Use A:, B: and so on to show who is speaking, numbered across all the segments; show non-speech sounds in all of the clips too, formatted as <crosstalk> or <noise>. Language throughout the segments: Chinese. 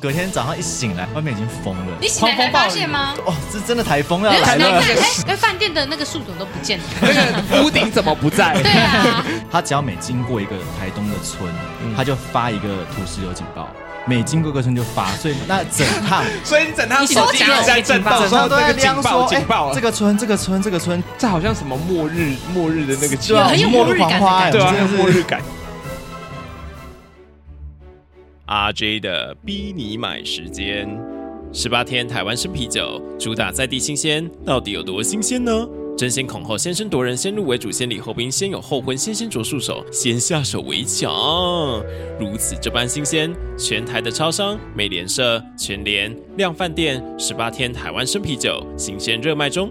A: 隔天早上一醒来，外面已经疯了，
B: 你醒来才
A: 狂风暴
B: 发
A: 雨
B: 现吗？
A: 哦，是真的台风要
B: 没有
A: 来
B: 醒来
A: 了。
B: 看，哎，那饭店的那个宿主都不
C: <laughs>
B: 见了。
C: 那个屋顶怎么不在？
B: <laughs> 对啊，
A: 他只要每经过一个台东的村，
C: 嗯
A: 他就发一个土石流警报，每经过一个村就发，所以那整
B: <laughs>
A: 趟
C: 所以你整趟
B: 手机都在
C: 震
B: 到
C: 动，
A: 整
C: 说
A: 趟
C: 这
A: 都在
C: 个
A: 量
C: 警
A: 说
C: 报，，警报，啊
A: 哎这
C: 这个
A: 个村，这个村，这个村，
C: 这好像什么末日末日的那个警
B: 啊
C: 报，
B: 很有
A: 末
B: 末
A: 日
B: 日
A: 狂
B: 感的
A: 花哎，
B: 感
C: 对
A: 我
C: 啊，
A: 们
C: 那
A: 真的
C: 个
A: 是
C: 末日感。RJ 的逼你买时间，
D: 十八天台湾生啤酒，主打在地新鲜，到底有多新鲜呢？争先恐后，先声夺人，先入为主，先礼后兵，先有后婚，先先着束手，先下手为强。如此这般新鲜，全台的超商、美联社、全联、量饭店，十八天台湾生啤酒，新鲜热卖中。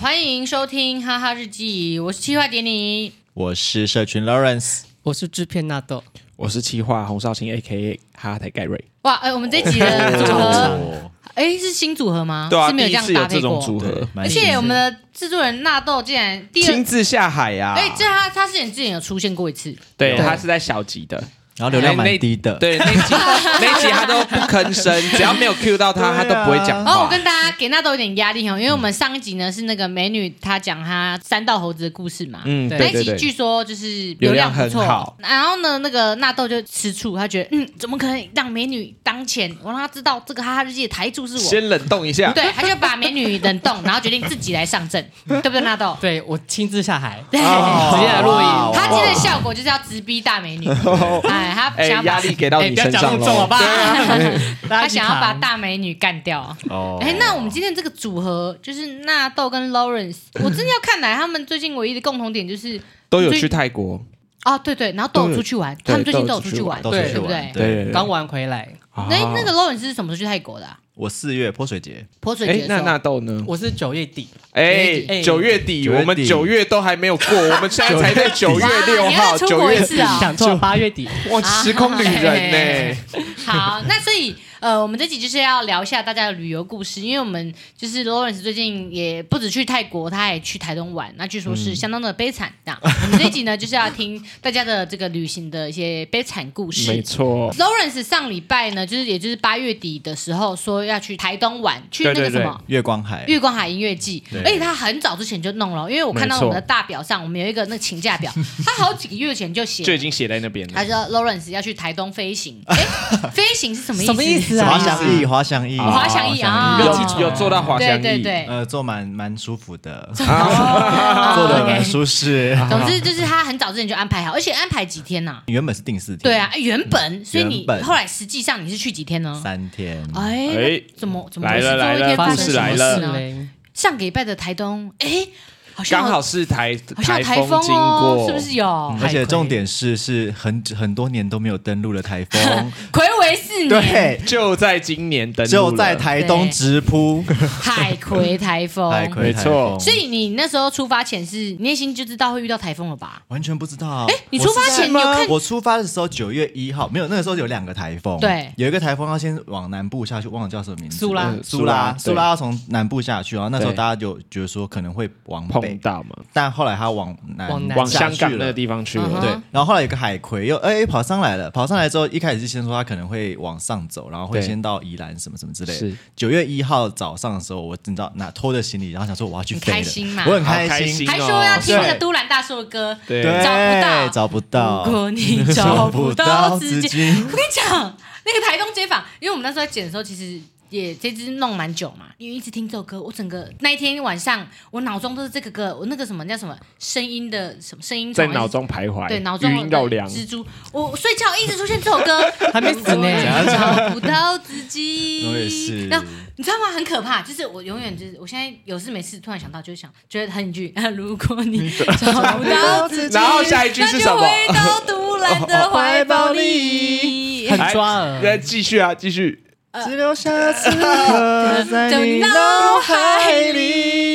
B: 欢迎收听《哈哈日记》，我是企划点你。
A: 我是社群 Lawrence，
E: 我是制片纳豆，
C: 我是企划洪少卿 A K A 哈哈台盖瑞。
B: 哇，哎，我们这集的组合，哎，是新组合吗？
C: 对啊，
B: 哦是没有
C: 第一
B: 这样
C: 次有
B: 搭
C: 这
B: 配
C: 种
B: 过。
C: 组合，
A: 蛮
B: 而
A: 新
B: 且
A: 鲜
B: 我们的制作人纳豆竟然第
C: 亲
B: 二，
C: 自下海呀、
B: 哎，这他他之前之前有出现过一次，
C: 对，他是在小集的，
A: 然后流量蛮低的，
C: 对，那
B: <laughs>
C: 集那集他都不吭声，只要没有 Q 到他，他都不会讲
B: 哦然后我
C: 话。
B: 跟大家给纳豆有点压力哦，因为我们上一集呢是那个美女她讲她三道猴子的故事嘛，
C: 嗯，
B: 那
C: 对
B: 一
C: 对
B: 集
C: 对，
B: 据说就是
C: 流量
B: 量不错
C: 很好，
B: 然后呢，那个纳豆就吃醋，他觉得嗯，怎么可能让美女当前？我让她知道这个哈哈日记的台柱是我。
C: 先冷冻一下。
B: 对，他就把美女冷冻，然后决定自己来上阵，对不对，纳豆？
E: 对我亲自下海，
B: 对，
E: <laughs> 直接来录
A: 哇
C: 哦
E: 影。
B: 他今天的效果就是要直逼大美女，哎，他
C: 哎，
B: 想要
C: 压
B: 把 <laughs>
C: 力给到
E: 哎
C: 你
E: 不要
C: 身
E: 讲那
C: 上
E: 么重好
C: 了。
E: 吧？
B: 他
E: 他
B: 想要把大美女干掉。
A: 哦
B: 哎，那我们今天这个组合就是纳豆跟 Lawrence，我真的要看来他们最近唯一的共同点就是
C: 都有去泰国，
B: 哦，对对，然后都有出去玩，他们最近都有出去玩，
A: 都
E: 对
A: 出去
B: 对不对
A: 玩，
C: 对，对对
E: <laughs> 刚玩回来，
C: 啊
B: 那那个 Lawrence 是什么时候去泰国的啊？
A: 我四月泼水节，
B: 泼水
C: 哎
B: 节，的
C: 那
B: 时候
C: 纳豆呢？
E: 我是九月底，
C: 哎，
E: 哎
C: 九月底，
A: 九月底
C: 我们九月都还没有过，我们现在才在九月六
B: 哇
C: 号，
B: 你还要出国
C: 九
B: 一
C: 月
B: 次啊
E: 嗯想错了八月底，
C: 哇，时空旅人
B: 哎
C: 呢？
B: 好，那所以呃，我们这集就是要聊一下大家的旅游故事，因为我们就是 Lawrence 最近也不止去泰国，他也去台东玩，那据说是相当的悲惨。这样，我们这一集呢就是要听大家的这个旅行的一些悲惨故
C: <laughs> 没
B: 事。
C: 错，
B: Lawrence 上礼拜呢，就是也就是八月底的时候说要去台东玩，去那个
C: 对
B: 什
C: 对
B: 么。
A: 月光海，
B: 月光海音乐季，
A: 对
B: 而且他很早之前就弄了，因为我看到
C: 没
B: 我
C: 错
B: 们的大表上，我们有一个那个请假表，
C: <laughs>
B: 他好几个月前就写了，
C: 就已经写在那边
B: 他
C: 了。
B: 说 Lawrence 要去台东飞
C: <laughs>
B: 行，哎，飞行是什么意思？
E: 什么意思
A: 滑
E: 啊？
A: 翔翼，滑翔翼，
B: 滑翔翼啊
C: 有
B: 哦
C: 有做到滑
B: 对
C: 翔
B: 对
C: 翼，
B: 对。
A: 呃，坐蛮蛮舒服
B: <laughs>
A: 的，
B: 啊
A: 坐的
B: <laughs> OK
A: 蛮舒适。
B: 总之就是他很早之前就安排好，而且安排几天呐？
A: 原本是定四天，
B: 对啊，，哎原
C: 嗯
B: 本，所以你
A: 原本
B: 后来实际上你是去几天呢？
A: 三天，
B: 哎
C: 哎，
B: 怎么怎么回事？
C: 来了来
B: 最
C: 了
B: 后一天发
E: 发
B: 生什
E: 生什
B: 么
E: 么
C: 故事
E: 事
C: 来
B: 事呢？
E: 嘞？
B: 上个礼拜的台东，哎，好像
C: 刚好是台
B: 好像有台
C: 风
B: 风
C: 经
B: 哦
C: 过，，
B: 是不是？有
A: 嗯？而且
E: 海葵
A: 重点是是很很多年都没有登陆的台
B: <laughs>
A: 风，
B: 魁违四年，
A: 对，
C: 就在今年登陆了，
A: 就在台东直扑
B: 海葵台风。
A: 海葵台风，
C: 没错
B: 所以你那时候出发前是你内心就知道会遇到台风了吧？
A: 完全不知道。
B: 哎你出发前你有看
A: 我是在我出发的时候九月一号没有，那个时候有两个台风，
B: 对
A: 有一个台风要先往南部下去，忘了叫什么名字，
E: 苏拉
A: 嗯苏拉，
C: 对
A: 苏拉要从南部下去，然后那时候
C: 对
A: 大家就觉得说可能会往
C: 碰
A: 北，
C: 到嘛，
A: 但后来它往南
E: 往南
C: 往
A: 下
C: 香
A: 去
C: 港那
A: 了
C: 个地方去
B: 嗯
C: 了
B: 哼。
A: 对，然后后来有个海葵又哎、跑上来了，跑上来之后一开始是先说他可能会往上走，然后会
C: 对
A: 先到宜兰什么什么之类的
C: 是。
A: 九月一号早上的时候，我你知道拿拖着行李，然后想说我要去飞了，
B: 很开心嘛
A: 我很
C: 好
A: 开
C: 开
A: 心
C: 心，
B: 还说要听那个
C: 对
B: 都兰大叔的歌，
C: 对
A: 对，
B: 找
A: 找不到，
B: 如果你
A: 找
B: 找
A: 不
B: 不
A: 到
B: 到
A: 自
B: 自己，
A: 己 <laughs>
B: <laughs>
C: 啊
B: 我，跟你讲，那个台东街坊，因为我们那时候在剪的时候，其实也这支弄蛮久嘛，因为一直听这首歌，我整个那一天晚上，我脑中都是这个歌，我那个什么叫什么声音的什么声音
C: 在
B: 床
C: 脑。中徘徊，
B: 对，脑中
C: 余音绕梁，
B: 蜘蛛，我睡觉一直出现这首歌，
E: <laughs> 还没死呢
B: <laughs> 我找不到自己。
A: 我也是
B: 然后你知道吗？很可怕，就是我永远就是，我现在有事没事突然想到，就想觉得很一句， <laughs> 如果你找不到自己，
C: 然后下一句是什么
B: 那就回到独揽 <laughs> 的怀抱哦里。
E: 很抓耳，
C: 那继续啊，继续。
A: 只留下此刻在
B: 在
A: 你
B: 你
A: 脑
B: 脑
A: 海
B: 海
A: 里。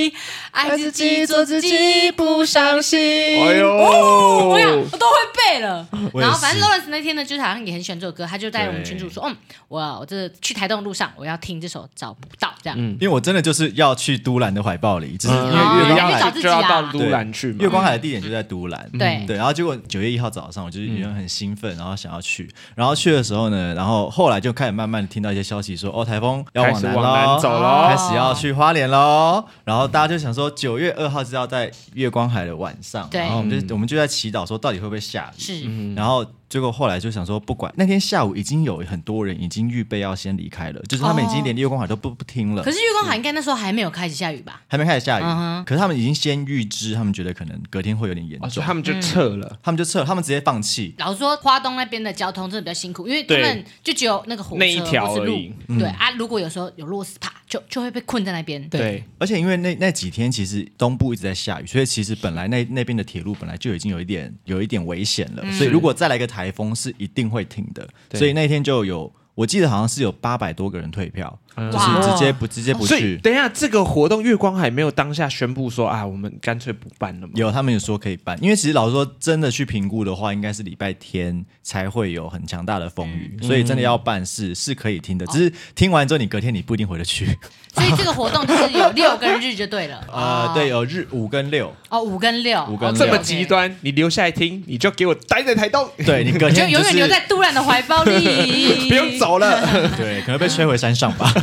B: 里爱自己，做自己，不伤心。
E: 嗯
C: 哎呦，
B: 哦我想我都会背了。
A: 我也
B: 然后反正
A: 是
B: Lawrence 那天呢，就是好像也很喜欢这首歌，他就带我们群主说，嗯，我我这去台东的路上我要听这首，找不到这样。
C: 嗯
A: 因为我真的就是要去都兰的怀抱里，就是因为
B: 嗯
A: 月
B: 你
A: 光
B: 要去找
A: 海，
B: 自己
C: 就
B: 啊
C: 要到都兰去嘛。
A: 月光海的地点就在都兰，
B: 对
A: 对，然后结果九月一号早上，我就是原本很兴奋，然后想要去，然后去的时候呢，然后后来就开始慢慢听到一些消息说，哦，台风要
C: 开
A: 往
C: 始
A: 南哦
C: 往南走
A: 喽，
C: 喽
A: 开。始要去花莲喽，然后大家就想说九月二号是要在月光海的晚上，
B: 对
A: 然后我们就我们就在祈祷说到底会不会下雨，
B: 是，
C: 嗯
A: 然后结果后来就想说，不管那天下午已经有很多人已经预备要先离开了，就是他们已经连月光海都不不听了
B: 哦可，是月光海
C: 嗯
B: 应该那时候还没有开始下雨吧？
A: 还没开始下雨，
B: 嗯哼
A: 可是他们已经先预知，他们觉得可能隔天会有点严
C: 哦所
A: 重，
C: 以他们
B: 嗯
C: 就撤了。
A: 他们就撤，他们直接放弃。
B: 老实说，花东那边的交通真的比较辛苦，因为他
C: 对
B: 们就只有那个火车
C: 那一条
B: 或是
C: 而
B: 路
C: 已。嗯
B: 对啊，如果有时候有落石，啪，就就会被困在那边。
C: 对，
A: 而且因为那那几天其实东部一直在下雨，所以其实本来那那边的铁路本来就已经有一点有一点危险
B: 嗯
A: 了，所以如果再来一个台风是一定会停的。
C: 对
A: 所以那天就有，我记得好像是有八百多个人退票，
B: 嗯
A: 就是直接不直接不
C: 所以
A: 去。
C: 等一下这个活动，月光海没有当下宣布说啊，我们干脆不办了嘛。
A: 有他们有说可以办，因为其实老实说，真的去评估的话，应该是礼拜天才会有很强大的风雨，
B: 嗯
A: 所以真的要办是是可以听的，只是听完之后你隔天你不一定回得去。
B: 所以这个活动就是有六跟日就对
C: <laughs>
B: 了。
C: 啊
A: 呃，对，，有日五跟六，
B: 哦，五跟六，
A: 五跟
B: 哦
A: 六
C: 这
A: 有
C: 么极，端，你留下来听，你就给我待在台东，
A: 对
B: <laughs>
A: 你隔
B: 就
A: 天
B: 永
A: 是
B: 远留在杜兰的怀抱里，
C: <laughs> 不用。走了。
A: <laughs> 对，可能被吹回山上吧。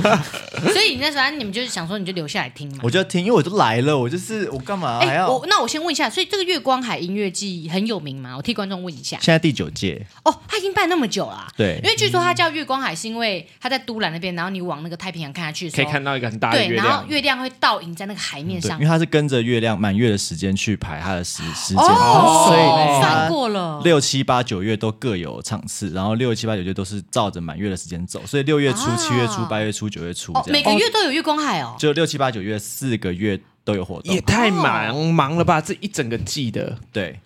B: 所以你那时候啊你们就是想说，你就留下来
C: <laughs>
B: 听嘛。
A: <laughs> 我就听，因为我都来了，我就是我干嘛还
B: 哎，
A: 要？
B: 我那我先问一下，所以这个月光海音乐季很有名吗？我替观众问一下。
A: 现在第九届，
B: 哦，它已经办那么久了啊、
A: 对
B: 因为据说它叫月光海，是因为它在都兰那边，然后你往那个太平洋看下去的时
C: 可
B: 候，
C: 以看到一个很大的
B: 对，
C: 月
B: 然后
C: 亮，
B: 月亮会倒影在那个海面
A: 对，
B: 上
A: 因为。它是跟着月亮满月的时间去排它的时时间，
B: 哦
A: 所以
B: 算
A: 它
B: 过了，
A: 六七八九月都各有场次，然后六七八九月都是照着满月的时间走，所以六月初、
B: 啊
A: 七月初、八月初、九月初
B: 哦，
A: 这
B: 每
A: 样，
B: 个月都有月光海哦。
A: 就六七八九月四个月都有活动
C: 也。太忙忙了吧？这一整个季的，
A: 对，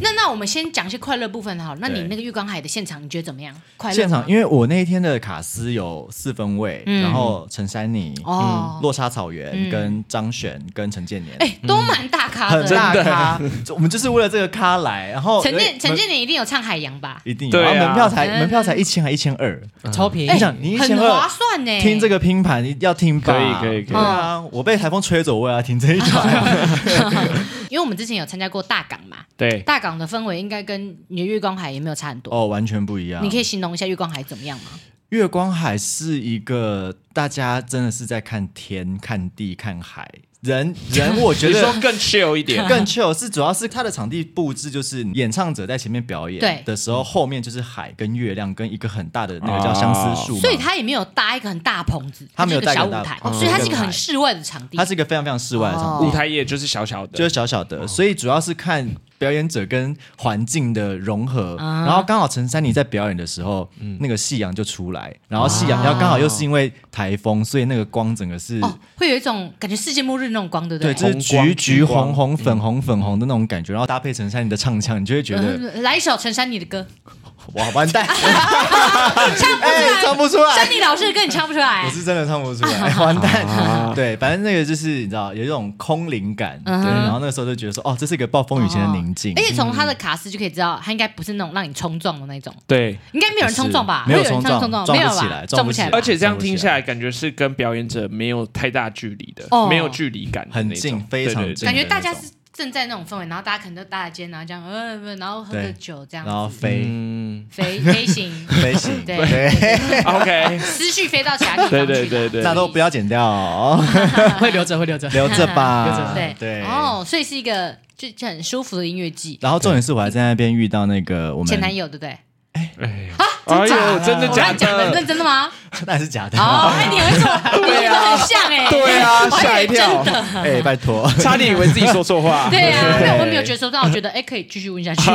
B: 那那我们先讲一些快乐部分好了。那你
A: 对
B: 那个月光海的现场，你觉得怎么样？快乐吗？
A: 现场因为我那一天的卡司有四分位，
B: 嗯
A: 然后陈珊妮、
B: 哦，
A: 落沙草原、
B: 嗯
A: 跟张悬、跟陈建年。
B: 哎，都蛮大咖
A: 很
B: 的。
A: 大咖， <laughs> 我们就是为了这个咖来，然后
B: 陈
A: 哎
B: 建陈建年一定有唱海洋吧？
A: 一定有，
C: 对啊
A: 然后门票才
B: 嗯哎
A: 门票才一千还一千二，
E: 超便宜。
A: 你想你一千
B: 很划
A: 二
B: 算呢。
A: 听这个拼盘要听吧？
C: 可以可以可以
A: 对啊，我被台风吹走，我也要听这一
B: <laughs>
A: 团。
B: 因为我们之前有参加过大港嘛，
C: 对，
B: 大港的氛围应该跟你的月光海也没有差很多。
A: 哦，完全不一样。
B: 你可以形容一下月光海怎么样吗？
A: 月光海是一个大家真的是在看天、看地、看海，
B: <laughs>
A: 人人我觉
C: 你说
A: 得。
C: 更 chill 一点，
A: 更 chill 是主要是它的场地布置，就是演唱者在前面表
B: 对
A: 演的时候，后面就是海跟月亮跟一个很大的那
C: 啊
A: 个叫相思树嘛，
B: 所以它也没有搭一个很大棚子，
A: 它没有
B: 就是一个
A: 搭一
B: 小
A: 个
B: 舞
A: 大
B: 台，
A: 棚
B: 所以它是一个
A: 嗯
B: 很室外的场地。
A: 它是一个非常非常室外的场地。
B: 哦
C: <laughs> 舞台也就是小小的，
A: 就是小小的，所以主要是看表演者跟环境的融合。
B: 啊
A: 然后刚好陈珊妮在表演的时候，那个夕阳就出来，然后夕阳，然后刚好又是因为台风，所以那个光整个是。
B: 哦，会有一种感觉世界末日那种光，对不
A: 对，
B: 对？
A: 就是
C: 红光
A: 橘橘嗯
C: 光
A: 红红粉红粉红的那种感觉，然后搭配陈珊妮的唱腔，你就会觉得
B: 嗯来一首陈珊妮的歌，
A: 哇完
B: <laughs>
A: 蛋，<laughs>
B: 唱不出
A: 哎，
B: 来，
A: 唱不出来
B: 珊，妮老师的歌你唱不出来
A: 我。是真的唱不出
B: <laughs>
A: 来，啊完蛋。对，反正那个就是你知道有一种空灵感，对，
B: 嗯哼嗯哎
A: 然后那时候就觉得说，哦，这是一个暴风雨前的宁静
B: 而。且从他的卡斯就可以知道，他应该不是那种让你冲撞的那种，
C: 对。
B: 应该没有人冲撞吧？
A: 不是没有
B: 会人
A: 冲撞
B: 冲撞，
A: 撞
B: 没
A: 不
B: 有
A: 起
B: 吧？
A: 来
B: 撞
A: 撞
B: 不
A: 不
B: 起
A: 起
B: 来
A: 来
B: 吧，
C: 而且这样听下来，感觉是跟表演者没有太大距离的，
B: 哦
C: 没有距离感的那种，
A: 很近非常
C: 对对对
A: 近
B: 感觉大家
A: 那种
B: 是正在那种氛围，然后大家可能都搭着肩，然后这样，呃，不然后喝个
A: 对
B: 酒这样子，
A: 然后飞
C: 嗯
B: 飞飞行，
A: 飞行，
B: 对
C: ，OK， <laughs>
B: 思绪飞到其他地方去
C: 对
B: 了，
C: 对对对，
A: 那都不要剪掉哦，
E: <laughs> 会留着，会留着。
A: <laughs> 留着
E: 留着
C: 啊
A: 吧。
B: 对
A: 对。
B: 哦，所以是一个就就很舒服的音乐季。
A: 然后重点是我还在那边遇到那个我们
B: 前男，友对不对？
C: 哎呦，真的
B: 我
C: 假
B: 乱讲的，
C: 的？
B: 认真的吗？
A: <laughs> 那是假的。
B: 哦，哎，你会做，你会做很像哎，
C: 对啊，
B: 我还以为
C: 吓一跳
B: 真，的。
A: 哎，拜托，
C: 差点以为自己说错话。
B: 对啊，没有，我没有觉得说，但我觉得哎，可以继续问下去，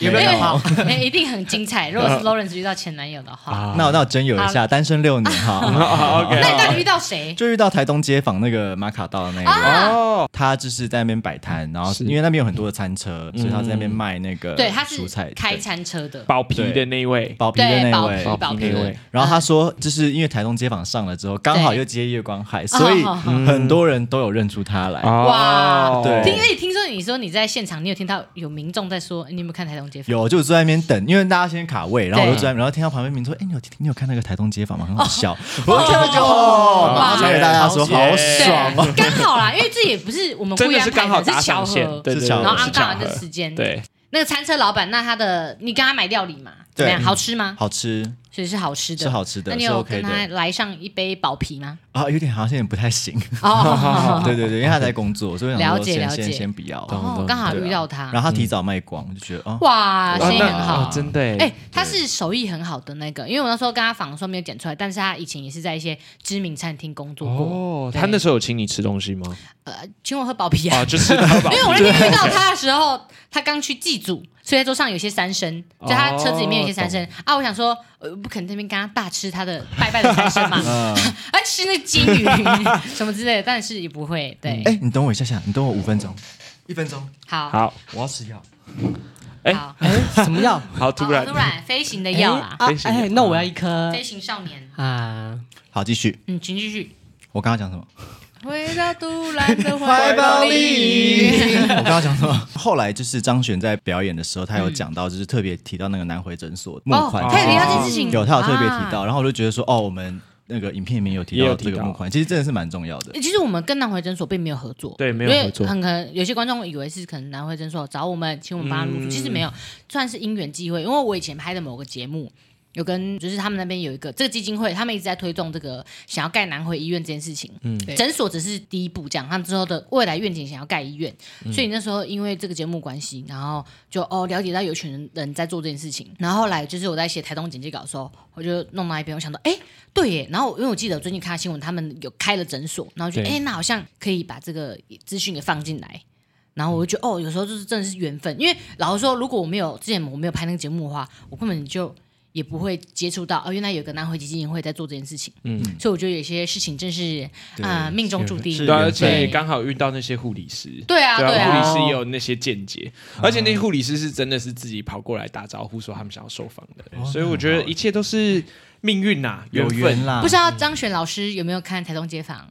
A: 有
B: 因
A: 没
B: 为
A: 有好？
B: <laughs> 哎，一定很精彩。如果是 Lawrence 遇到前男友的话，
A: <laughs> 那我那我真有一下，单身六年
B: <laughs>
A: 哈，
C: 好
B: 那你
C: ，OK，
B: 到底遇到谁？
A: 就遇到台东街坊那个马卡道的那个，
B: 啊
C: 哦，
A: 他就是在那边摆摊，然后因为那边有很多的餐车，所以他在那边卖那个
B: 嗯对，他是
A: 啊蔬菜
B: 开餐车的，
C: 包皮的那一位，
A: 保皮的
B: 对，
A: 那
B: 保
A: 位
B: 皮，
C: 保
B: 保
C: 皮
B: 皮
C: 那位，
A: 然后他说，就是因为台东街坊上了之后，刚好又接月光海，所以
B: 哦
A: 很多人都有认出他来。
C: 哦
B: 哇
A: 对
B: 听，因为听说你说你在现场，你有听到有民众在说，你有没有看台东街访？
A: 有，就坐在那边等，因为大家先卡位，然后我就
B: 对
A: 坐在那边，然后听到旁边民说：“哎，你有你有看那个台东街坊吗？
B: <laughs>
A: 很好笑。”我看到就哦，马上传给大家说：“
D: 哇
A: 好
B: 对
A: 爽哦
B: 刚好啦，因为这也不是
A: <laughs>
B: 我们故
C: 真
B: 意
C: 的
B: 安
C: 是
B: 排
C: 刚好
B: 的，
C: 打
B: 是巧
C: 上线，
B: 合。
C: 对对，
A: 是巧合
B: 然后
C: 是
B: 安
C: 巧
B: 刚好
C: 合
B: 的时间，，
C: 对，
B: 那个餐车老板，那他的你跟他买料理嘛，怎么样？
A: 对
B: 好吃吗！”？
A: 好吃
B: 所以是好吃的，
A: 是好吃的
B: 那你
A: 是
B: 有
A: OK
B: 跟
A: 的
B: 他来上一杯薄
A: <laughs>
B: 皮吗？
A: 啊，有点好像有点不太行。
B: <laughs> 哦，
A: 对对对，因为他在工作，所以我想
B: 了
A: 说
B: 解
A: 先
B: 了解
A: 先先不要。
B: 哦，刚好遇到他，
A: 然后他提早卖光，我就觉得哦，
B: 哇，
A: 哇
B: 生意
A: 那
B: 很好
A: 哦。
C: 啊真的耶，
B: 哎、他是手艺很好的那个，因为我那时候跟他访的时候没有剪出来，但是他以前也是在一些知名餐厅工作过，
C: 哦，
B: 对
C: 他那时候有请你吃东西吗？
B: 呃，请我喝薄皮啊。
C: 啊，就是淘
B: <laughs>
C: 宝
B: 因为我那天遇到他的时候，他刚去祭祖，所以他桌上有些三牲，就他车子里面有些三牲、啊。我想说，呃，不可能那边跟他大吃他的拜拜的三牲嘛， <laughs> 啊，吃那金鱼 <laughs> 什么之类的，但是也不会。对，
A: 哎，你等我一下下，你等我五分钟，一分钟，
B: 好，好，
C: 好
A: 我要吃药。
C: 哎
B: 好，
E: 哎，什么 <laughs> 药？
C: 好突然
B: 突然飞行的药啦，
E: 哎
C: 飞
E: 啊
C: 行药
E: 哎，那我要一颗
B: 飞行少年，
E: 啊，
A: 好，继续。
B: 嗯，请继续。
A: 我刚刚讲什么？
B: 回到杜兰的怀抱里， <laughs>
A: 我刚刚讲说，后来就是张悬在表演的时候，他有讲到，就是特别提到那个南回诊所募
B: 哦，
A: 款，
B: 他有提到这件事情，
A: 有他有特别
B: 啊
A: 提到，然后我就觉得说，哦，我们那个影片里面有提
C: 也
A: 到
C: 有提
A: 这个
C: 到
A: 募款，其实真的是蛮重要的。
B: 其实我们跟南回诊所并没有合作，
C: 对没有
B: 因为
C: 合作
B: 很可能有些观众以为是可能南回诊所找我们，请我们帮他录
C: 嗯
B: 制，其实没有，算是因缘际会。因为我以前拍的某个节目，有跟就是他们那边有一个这个基金会，他们一直在推动这个想要盖南回医院这件事情。嗯，诊所只是第一步，这样他们之后的未来愿景想要盖医院，所以那时候因为这个节目关系，然后就哦了解到有一群人在做这件事情。然后后来就是我在写台东简介稿的时候，我就弄到一边，我想到哎对耶，然后我因为我记得我最近看到新闻，他们有开了诊所，然后就
C: 对
B: 哎那好像可以把这个资讯给放进来。然后我就觉得，哦，有时候就是真的是缘分，因为老实说，如果我没有之前我没有拍那个节目的话，我根本就也不会接触到哦，原来有个南回基金会在做这件事情。嗯，所以我觉得有些事情真是
A: 对
B: 啊、命中注定。
A: 是
C: 对啊，
A: 缘
C: 而且
A: 分
C: 也刚好遇到那些护理师。
B: 对啊，对啊，
C: 护理师也有那些见解，而且那些护理师是真的是自己跑过来打招呼说他们想要受访
B: 哦
C: 的，所以我觉得一切都是命运呐，
A: 有缘
C: 分。
A: 啦，
B: 不知道张璇老师有没有看《台东街访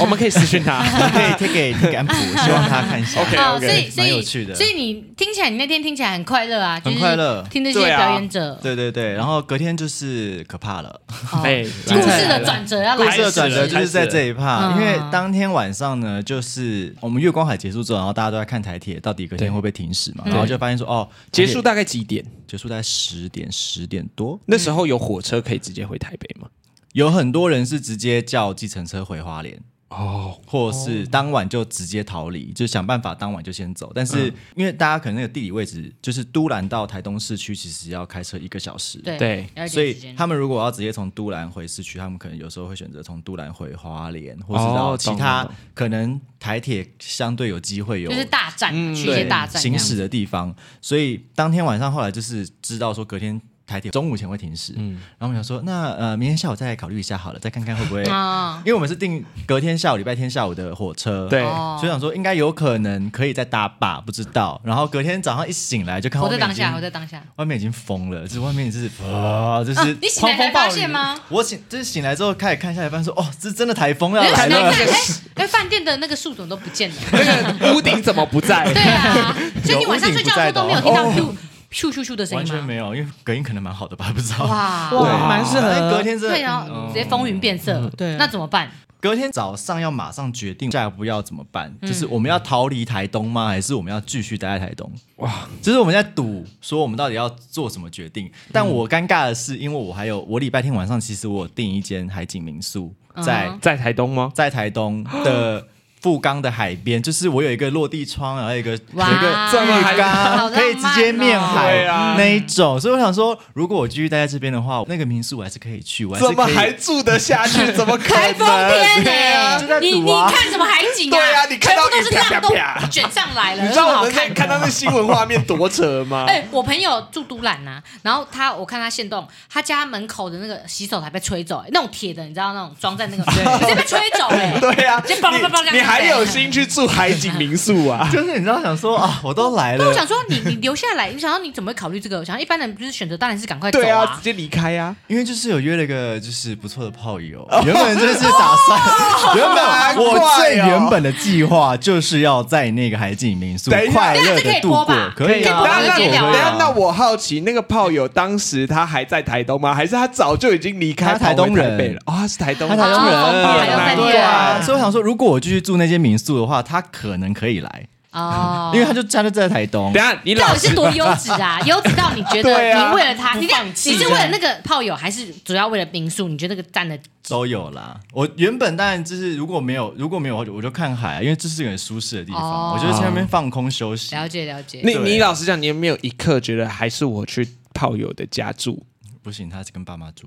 C: 我们可以私讯
B: <laughs>
C: 他，
A: 我可以贴给贴给安普，希望他看一下。
C: OK 对》
B: 哦，
C: OK，
B: 所以所
A: 蛮有
B: 以
A: 趣的
B: 所以你听起来，你那天听起来很快乐啊，就是
A: 很快乐
B: 听这些
C: 对啊
B: 表演者、
A: 对啊对对，然后隔天就是可怕了，
B: 哦
C: 哎
B: 故事的转折要
A: 故
B: 来
A: 事的转折
B: 了嗯
A: 就是在这一
B: 开
A: 趴，
B: 始
A: 因
B: 了
A: 为当天晚上呢，就是我们月光海结束之后，然后大家都在看台铁到底隔天会不会停驶嘛，然后就发现说哦，
C: 结束
A: 台
C: 大概几点？
A: 铁结束在十点十点多，
C: 那时候有火车可以直接回台北吗？
A: 有很多人是直接叫计程车回花莲。
C: 哦，
A: 或是当晚就直接逃离，就想办法当晚就先走。但
B: 嗯
A: 是因为大家可能那个地理位置，就是都兰到台东市区其实要开车一个小时，
B: 对
C: 对，
B: 要一点
A: 所
B: 时
A: 以
B: 间
A: 他们如果要直接从都兰回市区，他们可能有时候会选择从都兰回花莲，或
C: 哦
A: 是到其
C: 懂
A: 他
C: 懂
A: 可能台铁相对有机会有嗯
B: 就是大战，去一些
A: 对
B: 大战这
A: 行
B: 样
A: 驶的地方。所以当天晚上后来就是知道说隔天。台铁中午前会停驶，然后我们想说，那呃，明天下午再考虑一下好了，再看看会不会，
B: 啊。
A: 因为我们是定隔天下午礼拜天下午的火车，
C: 对
B: 哦
A: 所以想说应该有可能可以再搭吧，不知道。然后隔天早上一醒来就看
B: 活
A: 外
B: 在
A: 面
B: 当
A: 已经
B: 下，活在当下。
A: 外面已经疯了，就是外面是啊，就是、
B: 啊，你醒来才发现吗？
A: 我醒就是醒来之后开始看下一半说哦，这真的台风要
B: <laughs> 你就
A: 来
B: 醒来
A: 了
B: 看，。哎哎，饭店的那个树怎么都不见了？
C: 那个屋顶怎么不在？
B: <laughs> 对啊，所以你晚上睡觉的时候都没有听到
A: 有屋顶
B: 咻咻咻咻的声
A: 哦完
B: 音
A: 全
B: 吗？
A: 没有，因为隔音可能蛮好的吧，不知道。
B: 哇
A: 对
E: 哇蛮适合
A: 但隔天真
B: 对，啊
A: 的，
B: 然后直接风云变
A: 嗯
B: 色，
E: 对啊
B: 那怎么办？
A: 隔天早上要马上决定下一步要怎么办，
B: 嗯
A: 就是我们要逃离台东吗？还是我们要继续待在台东？哇！就是我们在赌，说我们到底要做什么决定。但我尴尬的是，因为我还有我礼拜天晚上其实我有订一间海景民宿在
B: 嗯哼
C: 在台东吗？
A: 在台东的富冈的海边，就是我有一个落地窗，然后有一个有一
B: 哇
A: 个
C: 这么海
A: 浴
B: 好浪
A: 缸，
B: 漫哦
A: 可以直接面海
C: 哦对啊
A: 那一种。所以我想说，如果我继续待在这边的话，那个民宿我还是可以去，我还是
C: 怎么
A: 可
C: 还
A: 以。
C: 住得下 <laughs> 去？怎么可
B: 台风天
C: 能？
A: 就在
B: 呢？你
A: 赌
B: 你
A: 啊
B: 看什么海景
C: 对啊
B: 啊？
C: 你看到
B: 全部都是
C: 雨啪
B: 浪
C: 啪啪
B: 都卷上来了，
C: 你
B: 有
C: 知
B: 什么
C: 道我
B: 好
C: 们在
B: 看
C: 看
B: 的？
C: 到那新闻画面多扯吗？
B: <laughs> 哎、我朋友住都兰呐、然后他我看他现动，他家门口的那个洗手台被吹走、哎那种铁的，你知道那种装在那个，直接被吹走哎、
C: 对呀、啊
B: 直接叭叭叭叭这样
C: 你你还哪有心去住海景民
A: <laughs>
C: 宿啊？
A: 就是你知道想说啊，我都来
B: 那我
A: 了，
B: 想说你，你留下来，你想要你怎么会考虑这个？我想要一般人不是选择当然是赶快走
C: 对啊，
B: 啊
C: 直。接离开啊！
A: 因为就是有约了一个就是不错的炮友，原本就是打算，原
C: 难
A: 本
C: 哦怪哦
A: 我最原本的计划就是要在那个海景民宿
C: 等一下
A: 快乐
B: 等一下这可
A: 的
B: 以
A: 度过
B: 播吧，
A: 以
B: 可以播吧
A: 啊
B: 我们
C: 那那
B: 直接
A: 可以
B: 聊
C: 等
B: 啊
C: 一下
A: 啊，
C: 那我好奇，那个炮友当时他还在台东吗？还是他早就已经离开
A: 他台东人
C: 跑回台北了？哦，他是台东
A: 他
C: 人，
A: 台东
B: 哦
A: 人，
B: 台东在地
A: 对啊，
B: 人
A: 所以我想说，如果我继续住那间民宿的话，他可能可以来，
B: 哦，
A: 因为他就他就在台东
C: 等一，下你
B: 到
C: 老
B: 底是
C: 实
B: 多优质啊？优质到你觉得
C: 对啊
B: 你为了他，你这样
E: 放弃
B: 你是为了那个炮友，还是主要为了民宿？你觉得那个占的
A: 都有啦。我原本当然就是如果没有如果没有，我就我就看海啊，因为这是一个很舒适的地
B: 哦
A: 方，我就在那边放空休息。
B: 了解了解？
C: 你
A: 对
C: 你老实讲，你有没有一刻觉得还是我去炮友的家住？
A: 不行，他是跟爸妈住。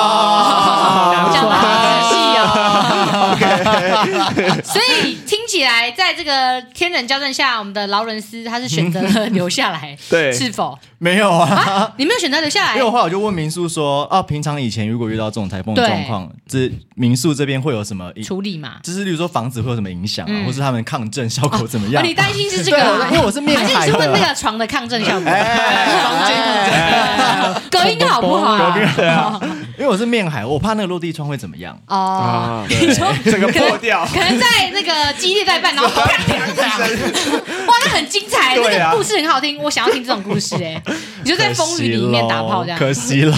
B: 哦讲的好仔细哦。 <laughs> 所以听起来，在这个天人交战下，我们的劳伦斯他是选择了留下
A: <laughs>
B: 来，
C: 对
B: 是否
A: 没有啊，
B: 啊？你没有选择留下
A: 因为我
B: 来，
A: 后来我就问民宿说，啊，平常以前如果遇到这种台风的
B: 对
A: 状况，这民宿这边会有什么影？
B: 处理嘛？
A: 就是例如说房子会有什么影响啊，
B: 嗯
A: 或是他们抗震效果怎么
B: 哦
A: 样？
B: 你担心是这个
A: 对
B: 啊
A: 我，因为我是面
B: 还是
A: 海
B: 你是问
A: 的
B: 那个床的抗震效果？
A: 哎
B: 房间抗震，隔音好不好啊？
A: 因为我是面海，我怕那个落地窗会怎么样。
B: 哦，<laughs>
C: 啊，
B: 你说
C: 整个破掉。
B: 可能在那个激烈在办，然后啪啪啪，啊 <laughs> 哇，那很精彩，
C: 对
B: 那
C: 啊
B: 个故事很好听，我想要听这种故事
C: <laughs>
B: 哎，你就在风雨里面打炮这样，
A: 可惜喽。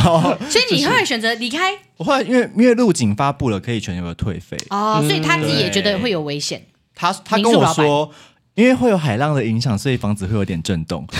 B: 所以你后来选择离开
A: <laughs> 我后来因为因为路警发布了可以全额退费，
B: 哦，
C: 嗯
B: 所以他自己也
A: 对
B: 觉得会有危险，
A: 他他
B: 民
A: 跟
B: 宿
A: 我
B: 老板
A: 说，因为会有海浪的影响，所以房子会有点震动。
B: <laughs>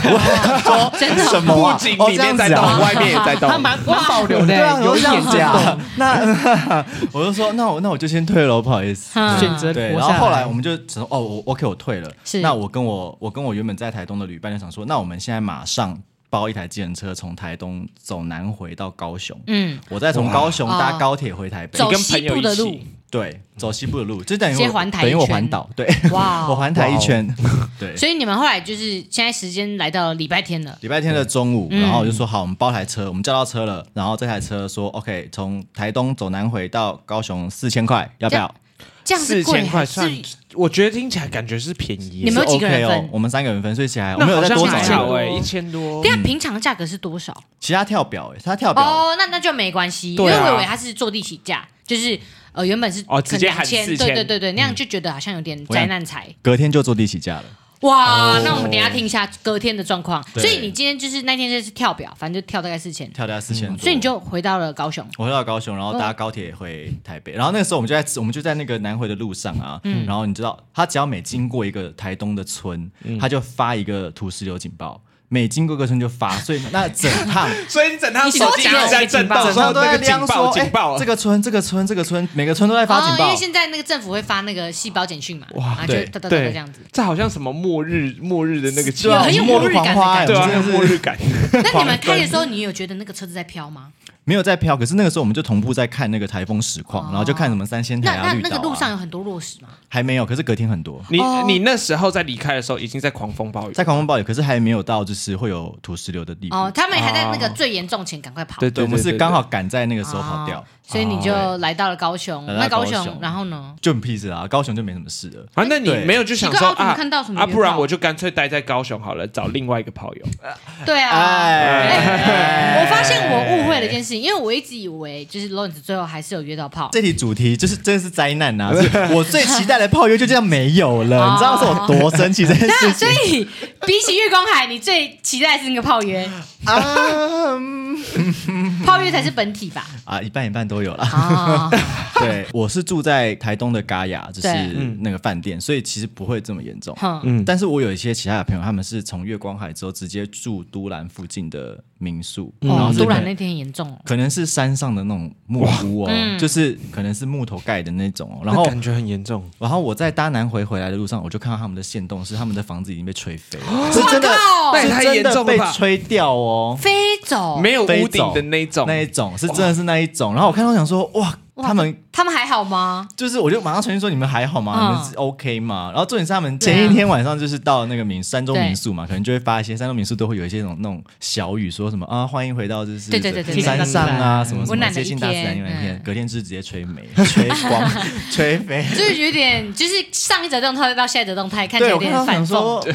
B: 真的
C: <laughs>
A: 什么啊
C: 不仅
A: 哦
C: 里面在
A: 这
C: 动，
A: 样子啊
C: 外面也在动。
E: <laughs> 他蛮蛮保留的
A: 对啊，
E: 欸，有
A: 有
E: 一
A: 这样
E: 点
A: 子
E: 震
A: 啊。 <laughs> 那 <laughs> 我就说，那我那我就先退了，不好意思。
B: 嗯
E: 选择
A: 对，
E: 活
A: 然
E: 下
A: 后后
E: 来
A: 来我们就想说，哦，我 OK，我退了。
B: 是
A: 那我跟我我跟我原本在台东的旅伴就想说，那我们现在马上包一台计程车从台东走南回到高雄，
B: 嗯，
A: 我再从高雄搭
B: 哦
A: 高铁回台北，
B: 走
C: 跟
B: 西
C: 朋友
B: 部的
C: 一
B: 路
C: 起，
A: 对，走西部的路，就等于
B: 直接
A: 我
B: 环台
A: 等于
B: 一
A: 我
B: 圈
A: 环岛，对，
B: 哇
C: <laughs>
B: 哦
A: <laughs> 我环台一圈，
B: <laughs>
A: 对。
B: 所以你们后来就是现在时间来到了礼拜天了，
A: 礼拜天的中午，
B: 嗯
A: 然后我就说好，我们包台车，我们叫到车了，然后这台车说 OK，从台东走南回到高雄四千块，要不要？
B: 这样
C: 四
B: 子贵
C: 千块
B: 还是
C: 算，我觉得听起来感觉是便宜。
B: 你们有几个人
A: OK
B: 分
A: 哦，我们三个人分，所以起来我
C: 那
A: 们有
C: 好
A: 再
C: 像
A: 多
C: 很
B: 欸
A: 找
C: 巧
A: 人，
C: 哎，一千多
B: 对。啊，平常价格是多少？
A: 其他跳表，哎，他跳表
B: 哦，那那就没关系，因
C: 对
B: 为
C: 啊
B: 我以为他是坐地起价，就是呃原本是
C: 哦直接喊
B: 千，
C: 4000
B: 对对对对，那样就觉得好像有点灾难财。
A: 隔天就坐地起价了。
B: 哇，那我们等一下听一下隔天的状况。
A: 对
B: 所以你今天就是那天就是跳表，反正就跳大概四千，
A: 跳掉四千多，
B: 嗯所以你就回到了高雄。
A: 我回到高雄，然后搭高铁回台北，然后那个时候我们就在我们就在那个南回的路上啊，
B: 嗯
A: 然后你知道，他只要每经过一个台东的村，
C: 嗯
A: 他就发一个土石流警报。每经过一个村就发，所以那整趟
C: 所以你整趟
B: 你收集了
C: 在震
B: 警报
C: 动，
A: 整趟
C: 说
A: 都
C: <laughs>
A: 在
C: 那个警
A: 亮
C: 报
A: 说，
C: 警报啊
A: 哎，这个村、这个村、这个村，每个村都在发警
B: 哦因
A: 报
B: 为。现在那个政府会发那个细胞简讯嘛，
C: 哇
B: 啊，就
A: 对
B: 哒哒哒哒
C: 对
B: 这样子。
C: 这好像什么末日末日的那个
A: 对啊，
B: 很有
A: 我们末
B: 末日
A: 日
B: 感
A: 狂花，哎
C: 对
A: 我
C: 啊，
A: 们真的
C: 末
A: 是
C: 日感。
B: 那你们开的时候，你有觉得那个车子在飘吗？
A: 没有在飘。可是那个时候我们就同步在看那个台风实况，然后就看什么三仙
B: 那
A: 台
B: 哦那
A: 啊、绿
B: 那
A: 岛
B: 个
A: 啊
B: 路上有很多落石吗？
A: 还没有，可是隔天很多。
C: 你
B: 哦
C: 你那时候在离开的时候已经在狂风暴雨，
A: 在狂风暴雨，可是还没有到就是会有土石流的地步。
B: 哦，他们还在那个最严重前赶快跑。
C: 对
A: 对，我们是刚好赶在那个时候跑掉
B: 哦，所以你就来到了高雄。
A: 来到
B: 那高
A: 高
B: 雄，
A: 雄
B: 然后呢？
A: 就很屁事啊，高雄就没什么事了。
C: 啊，那你
A: 对
C: 没有就想
B: 奇
C: 说
B: 怪我怎么
C: 啊
B: 看到什么
C: 啊，
B: 约炮
C: 不然我就干脆待在高雄好了，找另外一个炮友。
B: <laughs> 对啊，
A: 哎
B: 哎我发现我误会了一件事情，因为我一直以为就是 Lawrence 最后还是有约到炮。
A: 这题主题就是真的是灾难啊！ <laughs> 是我最期待的炮友就这样没有了，你知道是
B: 哦
A: 我多生气这件事
B: 那 <laughs> 所
A: 情
B: 以比起月光海，你最期待的是那个炮约，
A: 啊嗯
B: 炮约才是本 <laughs> 体吧？
A: 啊，一半一半都有啦。
B: 啊，
A: 对，我是住在台东的嘎雅，就是
B: 对
A: 那个饭店，所以其实不会这么严重。嗯
B: 哼，
A: 但是我有一些其他的朋友，他们是从月光海之后直接住都兰附近的民宿，然后
B: 哦，
A: 是
B: 突
A: 可
B: 然
A: 能
B: 那天严重哦，
A: 可能是山上的那种木屋哦，就是可能是木头盖的那种哦。然后，
C: 觉很严重，
A: 然后我在搭南回回来的路上，我就看到他们的线洞是他们的房子已经被吹飞了，是真的，
B: 靠
C: 那也
A: 是
C: 太
A: 真
C: 严
A: 的
C: 重了
A: 被
C: 吧？
A: 吹掉哦，
B: 飞走，
C: 没有屋顶的那一种，
A: 那一种是真的是那一种。然后我看到想说，哇，
B: 哇
A: 他们
B: 他们还好吗？
A: 就是我就马上传讯说你们还好吗？
B: 嗯
A: 你们是 OK 吗？然后重点是他们
B: 对啊
A: 前一天晚上就是到那个民山东
B: 对
A: 民宿嘛，可能就会发一些山东民宿都会有一些那种那种小语，说什么啊欢迎回到就是
B: 对对对对对嗯
A: 山上啊什么什
B: 温
A: 么
B: 暖的
A: 接
B: 一
A: 近大自然
B: 天
A: 温暖一天
B: 嗯，
A: 隔天就是直接吹没吹
B: <laughs>
A: 光吹飞。
B: 就是有点，就是上一则动态到下一则动态，看起
A: 对
B: 来有
A: 我看
B: 点
A: 到
B: 反
A: 想
B: 讽。
A: 说对，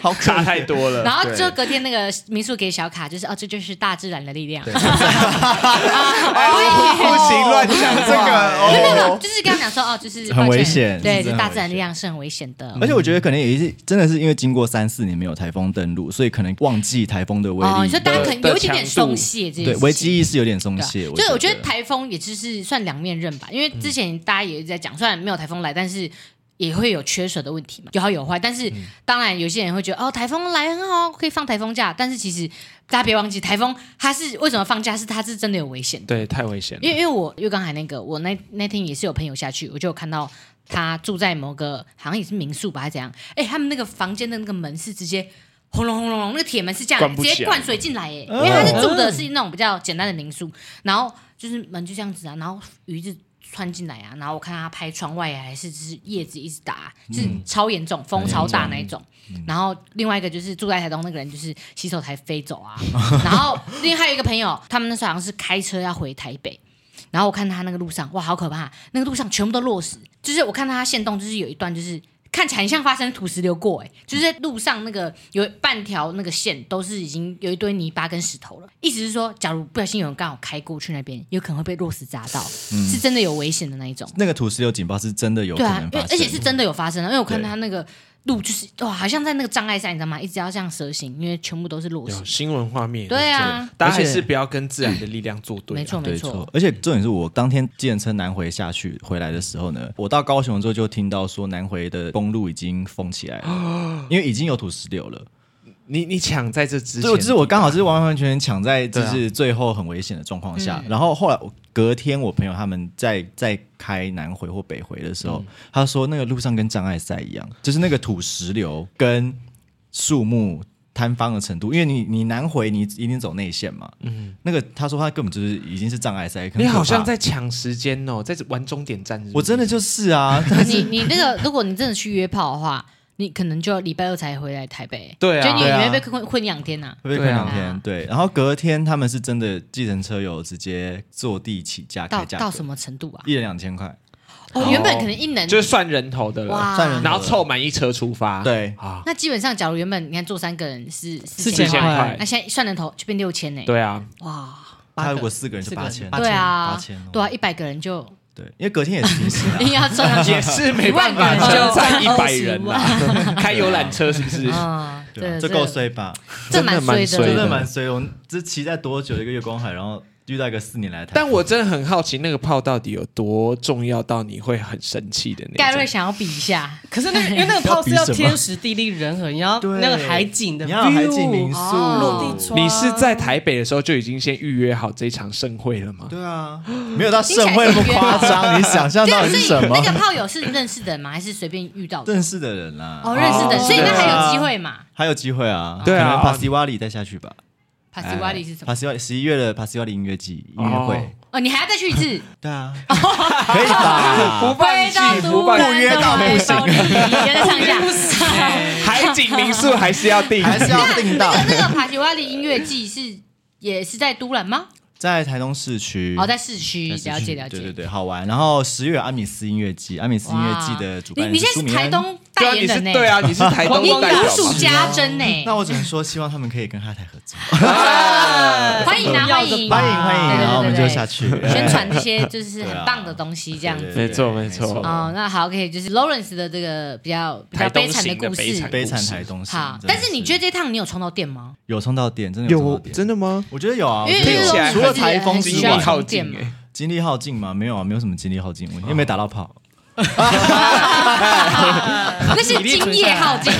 A: 好可
C: 差
A: 爱。
C: 太多了。
B: 然后
A: 对
B: 就隔天那个民宿给小卡，就是哦，这就是大自然的力量。
A: 对 <laughs> 哎
B: 啊
A: 不行，乱讲这
B: 没有没有没
A: 个
B: 有，
A: 哦。
B: <laughs> 就是刚刚讲说哦，就是
A: 很
B: 抱歉
A: 危险嗯
B: 对，
A: 是真的
B: 就大自然力量是很危险的。
A: 而且我觉得可能也是真的是因为经过三四年没有台风登陆，所以可能忘记台风的威
B: 哦，
A: 力
B: 你说。大家可能
C: 的
B: 有一点点
C: 强度
B: 松懈，这件
A: 对，
B: 事
A: 危
B: 情
A: 机意识有点松懈。
B: 啊就是我觉得台风也就是算两面刃吧，因
A: 嗯
B: 为之前大家也一直在讲，虽然没有台风来，但是。也会有缺水的问题嘛，有好有坏。但是
A: 嗯
B: 当然，有些人会觉得哦，台风来很好，可以放台风假。但是其实大家别忘记，台风它是为什么放假？是它是真的有危险的。
C: 对，太危险
B: 因
C: 了。
B: 为因为我因为刚才那个，我那那天也是有朋友下去，我就有看到他住在某个好像也是民宿吧，还是怎样？哎，他们那个房间的那个门是直接轰隆轰隆隆，那个铁门是这
C: 关
B: 样
C: 不
B: 直
C: 起来
B: 接灌水进来，哎，因为他是住的是那种比较简单的民宿，啊然后就是门就这样子啊，然后鱼就穿进来啊，然后我看他拍窗外啊还是就是叶子一直打啊，就是
C: 嗯
B: 超严重，风超大那一种。然后另外一个就是住在台东那个人，就是洗手台飞走啊。 <laughs> 然后另外还有一个朋友，他们那时候好像是开车要回台北，然后我看他那个路上，哇，好可怕！那个路上全部都落石，就是我看到他现动，就是有一段就是。看起来很像发生土石流过、欸，哎，就是在路上那个有半条那个线都是已经有一堆泥巴跟石头了。意思是说，假如不小心有人刚好开过去那边，有可能会被落石砸到，是真的有危险的那一种。
A: 那个土石流警报是真的有可
B: 对啊
A: 能，
B: 因
A: 发
B: 为
A: 生，
B: 而且是真的有发生的，因为我看
A: 对
B: 他那个路就是哇，好像在那个障碍赛，你知道吗？一直要这样蛇形，因为全部都是落石
C: 有。新闻画面，
B: 对啊，
C: 大家还
A: 而且
C: 是不要跟自然的力量作对啊。
B: 没错没
A: 对
B: 错，。
A: 而且重点是我当天计程车南回下去回来的时候呢，我到高雄之后就听到说南回的公路已经封起来了，因为已经有土石流了。
C: 你你抢在这之前，
A: 所以我就是我刚好就是完完全全抢在就
C: 对啊嗯
A: 是最后很危险的状况下，然后后来我隔天我朋友他们在在开南回或北回的时
C: 嗯
A: 候，他说那个路上跟障碍赛一样，就是那个土石流跟树木。坍方的程度，因为你你南回你一定走内线嘛，嗯，那个他说他根本就是已经是障碍赛，很可
C: 你好像
A: 怕
C: 在抢时间哦，在玩终点站是不是
A: 我真的就是啊，
B: 你你那个，如果你真的去约炮的话，你可能就要礼拜二才回来台北。
C: 对啊
B: 就你
A: 对
B: 你
A: 啊
B: 会被困困两天呐。
A: 会被
C: 对
A: 困
C: 啊
A: 两天。对，然后隔天他们是真的计程车有直接坐地起价
B: 到
A: 开价格，
B: 到什么程度啊？
A: 一人两千块，
B: 哦，原本可能一能
C: 就是算人头的了，
B: 哇，
A: 算人
C: 然后凑满一车出发。
A: 对
C: 啊，
B: 那基本上，假如原本你看坐三个人是四
E: 4000
C: 块
B: 那现在算人头就变六千呢。
C: 对
B: <laughs>
C: 啊，
B: 哇，
A: 他如果四个人就八千，
B: 对啊
A: 八千，，
B: 对啊，一百个人就 <laughs>
A: 对，因为隔天也是平时啊，
B: 硬要算上
C: <laughs>
B: 去嗯
C: 也是没办法，
B: 一万个人
C: 车
B: 就
C: 站一百人啦， <laughs> 开游览车是不是？
B: 啊，
A: 对啊，
B: 对，
A: 这够，衰吧？
B: 这蛮衰
C: 真的蛮衰
A: 真
C: 对
A: 的蛮衰。我这期待多久的一个月光海，然后遇到一个四年来的台
C: 但
A: 风，
C: 我真的很好奇，那个炮到底有多重要到你会很生气的
B: 盖
C: 那
B: 瑞
C: 种？
B: 想要比一下，
E: 可是那个因为那个炮是要天时地利人和，你要
A: 对
E: 那个海景的 view，
A: 你要有海景民宿
B: 哦
E: 落地窗，
C: 你是在台北的时候就已经先预约好这场盛会了吗？
A: 对啊，没有到盛会那么夸张，你想象
B: 这
A: 到
B: 样
A: 底
B: 所
A: 是
B: 以
A: 什么
B: 那？个炮友是认识的人吗？还是随便遇到的？
A: 认识的人啦，
B: 哦，认识的人，所以那
A: 对啊
B: 还有机会嘛？
A: 还有机会啊，
C: 对啊
A: 可能帕西瓦里再下去吧。哎
B: 帕西瓦里是什么
A: 帕？西瓦里十一月的帕西瓦里音乐季音乐
C: 哦
A: 会，
B: 哦，你还要再去一
A: <laughs>
B: 次？
A: 对啊，可以
C: <laughs>
A: 吧？
B: 回到都兰
A: 不约到不行
B: 你再唱一下。
A: <laughs>
C: 海景民宿还是要定，
A: 还是要定到
B: 那个那个帕西瓦里音乐季是也是在都兰吗？
A: 在台东市区。
B: 哦，在市区，
A: 嗯在市区
B: 了解了解。
A: 对对对，好玩。然后十月有阿米斯音乐季，阿米斯音乐季的主办
B: 哇
A: 人
B: 你你现
A: 苏
B: 在
A: 明
B: 是台
A: 恩。
B: 东
C: 对
B: 代
C: 啊，你
B: 言
C: 是
B: 人呢？
C: 对啊，你是台东
B: 你
C: 的代表
B: 如
C: 嘛
B: 数家珍呢？
A: <laughs> 那我只能说，希望他们可以跟哈台合
B: <laughs>
A: 作。
B: 欢迎啊，欢迎，
A: <laughs> 欢迎欢
B: 对
A: 迎，啊
B: 对对
A: 然后我们
B: 对
A: 就
B: 对
A: 下去
B: 宣传这些就是很棒的东西，这样子。
C: <laughs> 没错没
A: 啊
C: 错
B: 哦，那好，OK，就是 Lawrence 的这个比较比较
C: 台东
B: 悲惨
C: 型的
B: 故
C: 悲
B: 事
C: 惨。
A: 悲惨台东市
B: 好，
A: 真的
B: 但是你觉得这趟你有充到
A: <laughs>
B: 电吗？
A: 有冲到点，真的有冲到
C: 有
A: 点，
C: 真的吗？
A: 我觉得有啊。
B: 因为
A: 我觉得有
B: 因
C: 听起来
A: 除了台风
B: 很
A: 之
C: 精
B: 需
C: 力
B: 要
A: 外，
C: 耗
B: 充电
C: 尽
B: 嘛
C: 哎，
A: 精力耗尽嘛，没有啊，没有什么精力耗尽
C: 哦
A: 问题，因为没打到炮。
B: 那是精液耗尽，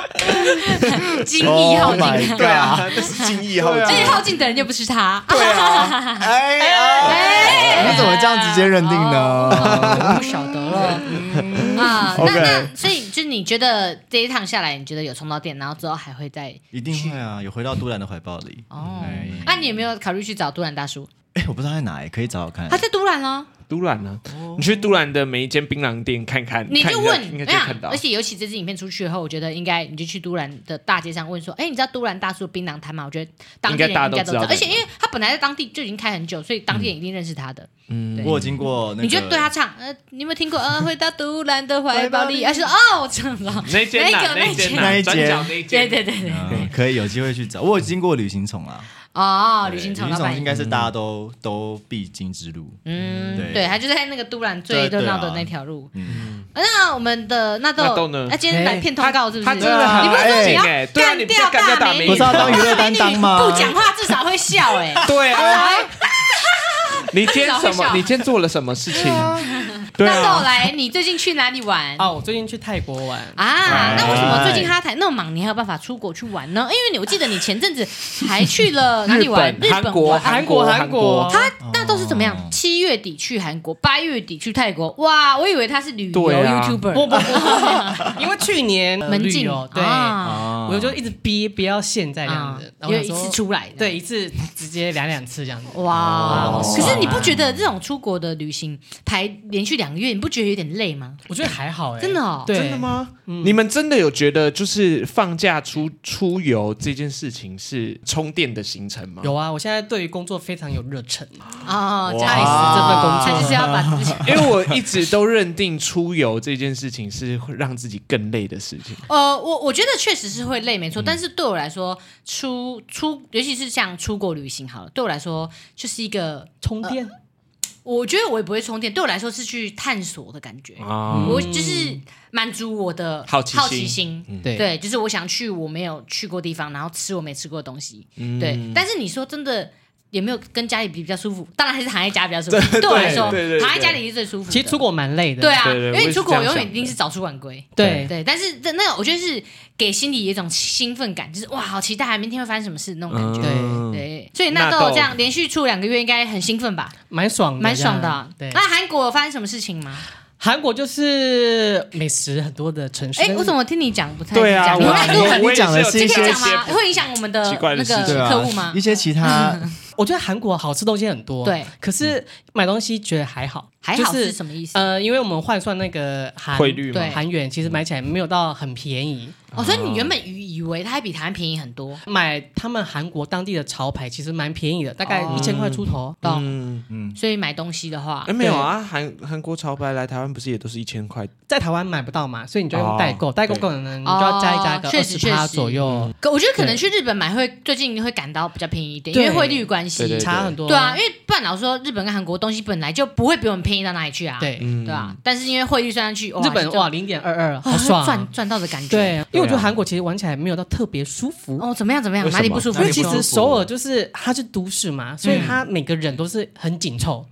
B: <laughs> 精液耗
A: Oh <laughs>
B: 尽， <laughs>
A: my
B: 精
C: 对
A: god！
C: <laughs> 啊，那是精益耗
B: 液耗尽的人又不是他。
C: 对啊，
A: 哎呀，你怎么这样直接认定呢？
B: 哎
A: <laughs>
B: 哦我不晓得了 <laughs> 啊。那
A: OK
B: 那所以就你觉得这一趟下来，你觉得有充到电，然后之后还会再
A: 一定会啊，有回到都兰的怀抱里。
B: 哦
A: 哎？
B: 那你有没有考虑去找杜兰大叔？
A: 哎，我不知道在哪，可以找找看
B: 他。在都兰啊，
C: 都兰呢、你去都兰的每一间槟榔店看看，
B: 哦你
C: 看
B: 就
C: 一下
B: 问，
C: 应该
B: 我
C: 就看
B: 想
C: 到
B: 而。且尤其这支影片出去后，我觉得应该你就去都兰的大街上问说，哎，你知道都兰大叔的槟榔摊吗？我觉得当地人
C: 应
B: 应
C: 该大
B: 该都
C: 家都
B: 知道
C: 知，道
B: 而且因为他本来在当地就已经开很久，所以当地人一定认识他的。对
A: 我有经过
C: 嗯
A: 那个，
B: 你就对他唱，呃，你有没有听过？呃，回到都兰的怀 <laughs> 抱里，而且说哦，我唱了。
C: 那一间呐、
B: 那一个
C: 那一间呐、
A: 那一间
C: 转角那一
B: 对
C: 间，
B: 对对对，
A: 嗯可以有机会去找。我有经过旅行虫啊，
B: 哦，
A: 对
B: <laughs> 旅行
A: 旅
B: 厂
A: 行
B: 老
A: 虫
B: 板
A: 应，该是大家都都必经之路。
B: 嗯，
A: 对
B: 对，他就在那个都兰最热闹的那条路。
A: 嗯，
B: 那我们的纳豆，
C: 纳啊豆呢
B: 那今天来骗通告是不是？
C: 他真的很
B: 你不是说
C: 爱
B: 你
C: 情
B: 要
C: 哎对啊你不是
B: 掉
C: 干掉大
B: 美
C: 美
A: 不
C: 女
A: 是要当娱乐担当吗？
B: 哎不讲话至少会笑哎。
C: 对啊，
B: 来，
C: 你今天
B: 至少
C: 什
B: 会
C: 么？
B: 笑
C: 你今天做了什么事情？对
B: 纳豆
C: 啊，
B: 来，你最近去哪里玩？
E: 哦，我最近去泰国玩，
B: 啊，那为什么最近哈台那么忙，你还有办法出国去玩呢？因为你我记得你前阵子还去了哪里玩？日
C: 本、韩
B: 本
C: 国、
B: 玩。
E: 韩
C: 韩
E: 国
C: 国、
E: 韩国
B: 他那都是怎么样？七月底去韩国，八月底去泰国。哇，我以为他是旅游
C: 对啊
B: YouTuber。
E: 不不不
B: <laughs>
E: 不，因为去年呃
B: 门
E: 哦旅
B: 禁
E: 游对，哦
B: 啊
A: 啊
E: 我就一直憋憋到现在这样
B: 啊
E: 子，，然
B: 因
E: 后我
B: 为
E: 想
B: 一
E: 说
B: 次出来，
E: 对一次直接两两次这样子。
B: 哇
E: 哦！
B: 可是你不觉得这种出国的旅行排连续两个月，你不觉得有点累吗？
E: 我觉得还好哎、
B: 真的哦
E: 对
C: 真的？吗？你们真的有觉得就是放假出出游这件事情是充电的行程吗？
E: 有啊，我现在对于工作非常有热忱，
B: 哦，这样
E: 爱死这份工作。
B: 他就是要
E: <laughs>
B: 把自己。
C: 因为我一直都认定出游这件事情是会让自己更累的事情。
B: 呃，我我觉得确实是会累，没错。但是对我来说，出出，尤其是像出国旅行好了，对我来说就是一个，
E: 充电，
B: 我觉得我也不会充电，对我来说是去探索的感觉，
C: 啊，
B: 我就是满足我的
C: 好奇心嗯
B: 好奇心，
E: 对
B: 对，就是我想去我没有去过地方，然后吃我没吃过的东西，
C: 嗯
B: 对。但是你说真的。有没有跟家里比比较舒服？当然还是躺在家比较舒服。对我来说，
C: 对对对
B: 躺在家里是最舒服的。
E: 其实出国蛮累的。
B: 对啊，
C: 对对
B: 因
C: 我
B: 为
C: 也是
B: 出国
C: 这样
B: 永
C: 想
B: 远一定是早出晚归。
E: 对
B: 对，但是那那我觉得是给心里有一种兴奋感，就是哇，好期待，啊明天会发生什么事那种感觉。
E: 嗯
B: 对，所以纳
C: 纳
B: 豆
C: 豆
B: 这样连续出两个月，应该很兴奋吧？
E: 蛮爽的，
B: 蛮爽
E: 这
B: 的
E: 样
B: 啊。
E: 嗯对，
B: 那韩国有发生什么事情吗？
E: 韩国就是美食很多的城市。
B: 哎，我怎
E: 么
B: 么听你讲不太
C: 对啊，
B: 讲你
A: 我
B: 会
A: 还
B: 跟
A: 我
B: 我
A: 还
B: 们
A: 你讲的是
B: 这
A: 一
B: 可
A: 些
B: 以讲吗？会影响我们的
C: 奇怪
B: 那
C: 的事情
A: 对
B: 个
A: 啊，
B: 客户吗
A: 一？些其
B: <laughs>
A: 他 <laughs> 啊
E: 我觉得韩国好吃东西很多，
B: 对。嗯
E: 可是买东西觉得还好，
B: 还好
E: 就是
B: 什么意思？
E: 呃，因为我们换算那个韩
C: 汇率嗯吗
B: 对？
E: 韩元，其实买起来没有到很便宜。
B: 哦，所以你原本以以为它还比台湾便宜很多，
E: 买他们韩国当地的潮牌其实蛮便宜的，大概
B: 哦
E: 一千块出头。
B: 懂？
C: 嗯，
B: 所以买东西的话
C: 哎，，没有啊，韩韩国潮牌来台湾不是也都是一千块？
E: 在台湾买不到嘛，所以你就用代购，代购可能你就要加一加个
B: 哦确
E: 二
B: 实
E: 十
B: 确
E: 趴
B: 实
E: 左
C: 嗯
E: 右，
B: 可我觉得可能去日本买会最近会感到比较便宜一点，因
E: 对
B: 为汇率关系
C: 对。对
E: 差很多。
B: 对啊，因为不然老实说，日本跟韩国东西本来就不会比我们便宜到哪里去啊。
E: 对，
C: 嗯
B: 对啊，但是因为汇率算上去，
E: 日本哇，零点二二，
B: 哦
E: 好爽啊
B: 赚！赚到的感觉。
E: 对，
C: 啊
E: 因为我觉得韩国其实玩起来没有到特别舒服，
B: 哦，怎么样怎么样，
C: 为什
B: 哪里
C: 么
B: 不舒服？
E: 因为其
A: 哪里
E: 实
A: 不舒服
E: 首尔就是它是都市嘛，所以
C: 嗯
E: 它每个人都是很紧凑。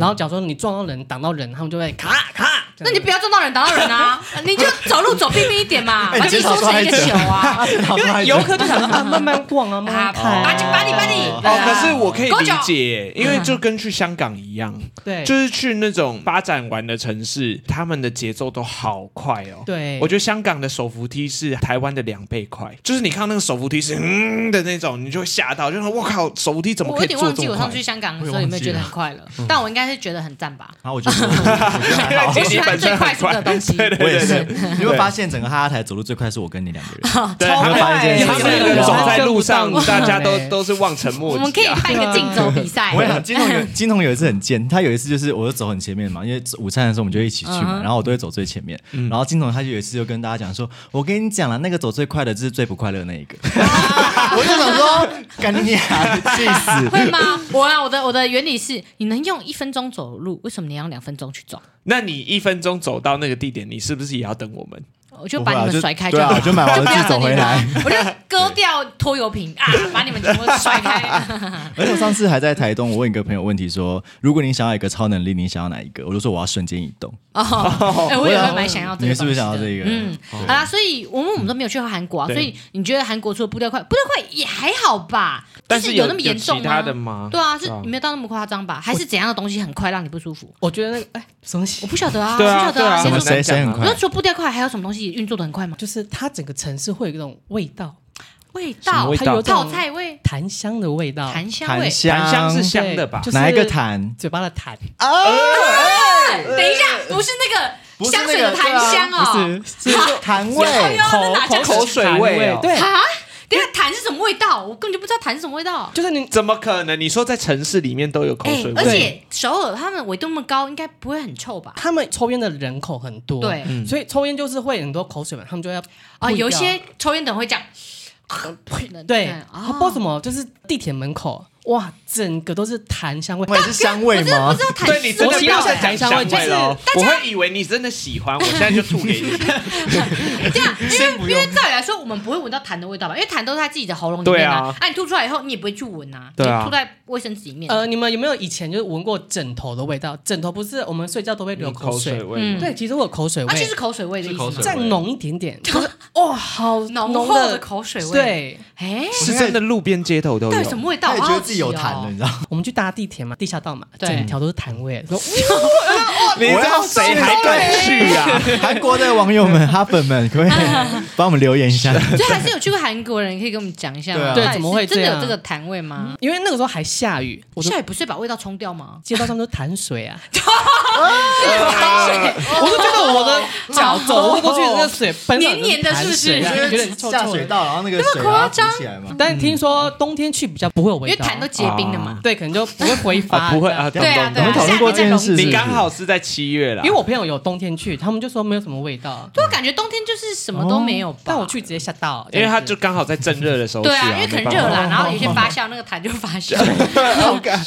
E: 然后假如说你撞到人、挡到人，他们就会咔咔。这
B: 那
E: 样
B: 你不要撞到人挡到人啊，你就走路走避避一点嘛，
A: 哎
B: 把自己缩成一个球啊。
E: 因为 <laughs> 游客就想说啊，慢慢逛啊，慢慢看
B: 巴唧
E: 啊。
B: 巴唧巴唧。
A: 哦
C: 哦
B: 对，啊
C: 可是我可以
B: 狗
C: 理
B: 脚
C: 解，因为就跟去香港一样，
E: 对，
C: 就是去那种发展完的城市，他们的节奏都好快哦。
E: 对
C: 我觉得香港的手扶梯是台湾的两倍快，就是你看到那个手扶梯是嗯的那种，你就会吓到，就是我靠，手扶梯怎么
B: 我有
C: 可以
B: 点
C: 做
B: 忘
C: 这
B: 记
C: 么
B: 我
C: 快嗯
B: 上？去香港的
A: 我也
B: 时候有
A: 忘
B: 没有
A: 记
B: 觉得
A: 了
B: 很快乐，但我应该是觉得很赞吧。 <laughs>
A: 然后我就说，我觉得
C: 啊
A: 还好
B: 我喜欢最快速的东西。
A: 我也是，你会发现整个哈哈台走路最快是我跟你两个
B: <laughs>
A: 人， <laughs>
C: 对，
E: 超
A: 你会发现
E: 快
A: 这件
C: 他
A: 事情
E: 有有有
C: 们
E: 有
C: 走在路上
E: 有有，有
C: 大家都
E: 有
C: 都是望尘莫及、啊。
B: 我们可以办一个竞走比赛。
A: 我想金童
B: <laughs>
A: 有金童有一次很贱，他有一次就是我就走很前面嘛，因为午餐的时候我们就一起去
B: 嗯
A: 嘛，然后我都会走最前面，
C: 嗯
A: 然后金童他就有一次就跟大家讲说，我跟你讲了，那个走最快的就是最不快乐的那一
B: <laughs>
A: 个，我就想说，干你啊，气死！
B: 会吗？我啊，我的我的原理是，你能用一分钟走路，为什么你要用两分钟去走？
C: 那你一分钟走到那个地点，你是不是也要等我们？
B: 我就把你们甩开
A: 对
B: 好
A: 啊，
B: 了，
A: 我就买完了自己走回
B: <laughs>
A: 来。
B: 我就割掉拖油瓶啊，把你们全部甩开。
A: 而且我上次还在台东，我问一个朋友问题说，如果你想要一个超能力，你想要哪一个？我就说我要瞬间移动。
B: 哦， <laughs> 哎我也会蛮想要这
A: 你
B: 个东西的。
A: 们是不是想要这个？
B: 嗯，好啦，所以我们我们都没有去过韩国啊，
C: 对
B: 所以你觉得韩国除了步调快，步调快也还好吧？
C: 但
B: 就是有
C: 有
B: 那么严重
C: 有其他的吗
B: 对啊，是
C: 对啊
B: 没有到那么夸张吧？还是怎样的东西很快让你不舒服？
E: 我觉得那个哎，什么东西
B: 我不晓得啊，我不
C: 对啊
B: 晓得
C: 对啊
B: 谁
A: 什么
B: 说
A: 谁谁很
B: 你
A: 快
B: 说？除了步调快，还有什么东西运作的很快吗？
E: 就是它整个城市会有一种味道，啊
B: 味
C: 什
B: 道
C: 么味，
E: 它有
C: 道？
E: 种
B: 泡菜味、
E: 檀香的味道，
B: 檀香味
A: 檀。香，
C: 檀香是香的吧
E: 对就是
A: 哪一个檀？
E: 嘴巴的檀，
A: 啊，
B: 等一下，不是那
A: 不是
B: 个香
A: 那个啊
B: 水的檀香哦。哎
E: 不
A: 是
C: <laughs>
A: 檀味，
B: 要拿
E: 口
B: 香
C: 口水味哦
E: 对，
B: 啊？等一下，檀是什么味道？我根本就不知道檀是什么味道。
E: 就是你
C: 怎么可能？你说在城市里面都有口
B: 哎
C: 水，味？
B: 而且首尔他们纬度那么高，应该不会很臭吧？
E: 他们抽烟的人口很多，
B: 对，
E: 所以抽烟就是会很多口水嘛，他们就要
B: 啊，
E: 吐掉
B: 有些抽烟的人会这样。
E: 对，
B: 啊
E: 不知道什么，就是地铁门口，哇，整个都是檀香味。
A: 味是香味
B: 不
A: 吗
B: 知？道檀
C: 对你真的
E: 我
C: 不
E: 希
C: 要
E: 望
C: 再讲
E: 檀香味
C: 味了哦，我会以为你真的喜欢，我现在就吐给
B: <laughs>
C: 你。
B: 这样，
A: 先
B: 因
A: 不
B: 为因
A: 用
B: 为照理来说，我们不会闻到痰的味道吧？因为痰都在他自己的喉咙里面
C: 对啊
B: 啊。啊，你吐出来以后，你也不会去闻啊，
C: 对啊
B: 你吐在卫生纸里面。
E: 呃，你们有没有以前就是闻过枕头的味道？枕头不是我们睡觉都会流口水，
C: 味
B: 嗯
E: 对，其实会有口水味，
B: 啊，就是口水味的意
A: 是
B: 思
A: 口水
B: 吗？
E: 再浓一点点，就是哇，好
B: 浓
E: 浓
B: 厚的
E: 的
B: 口水味。，
E: 对，
B: 哎，
C: <laughs> 是真的，路边街头都
B: 到
C: 有
B: 底。什么味道？
A: 他也觉得
B: 好好奇哦
A: 自己有痰了，你知道吗？
E: 我们去搭地铁嘛，地下道嘛，
B: 对
E: 整条都是痰
B: <laughs>
E: 味，说
C: 你这样谁还敢去
B: 哎
C: 啊？
A: 韩国的网友们、哈粉们，可不可以帮我们留言一下？
B: 就还是有去过韩国人，可以跟我们讲一下吗
A: 对啊
B: 到底
E: 对
B: 是
E: 怎么会
B: 真的
E: 这
B: 有
E: 样
B: 这个嗯痰味吗？
E: 因为那个时候还下雨，我就
B: 下雨不是把味道冲掉吗？
E: 街道上面都是痰水
B: <laughs>
E: 啊，
B: 哦
E: 我就觉得我的脚走路过去，那个水喷上来
B: 黏
E: 就是
B: 黏的是不是
E: 痰水啊有点臭
A: 下
E: 臭
A: 水
E: 的。
A: 道，然后那个水
B: 么夸
A: 啊
B: 张
A: 浮起来嘛。
E: 但听说冬天去比较不会有
B: 因
E: 味
B: 为
E: 道，
B: 痰都结冰了
A: 啊
B: 嘛。
E: 对，可能就不会挥发，
C: <laughs> <laughs> 啊不会啊
E: 这
B: 对
E: 样
B: 啊，对
C: 懂懂
A: 我
B: 啊。
A: 们讨论过这件事
B: 夏天在
A: 是
C: 你
B: 冬
C: 刚好是在七月啦，
E: 因为我朋友有冬天去，他们就说没有什么味道，
B: 对，我啊感觉冬天就是什么都没有吧。
A: 哦
E: 但我去直接吓到，
C: 因为他就刚好在正热的时候去
B: 对啊，因为可能热
C: 没办法
B: 啦，然后有些发酵，那个痰就发酵。
A: <laughs>
C: <laughs> 啊
B: <laughs>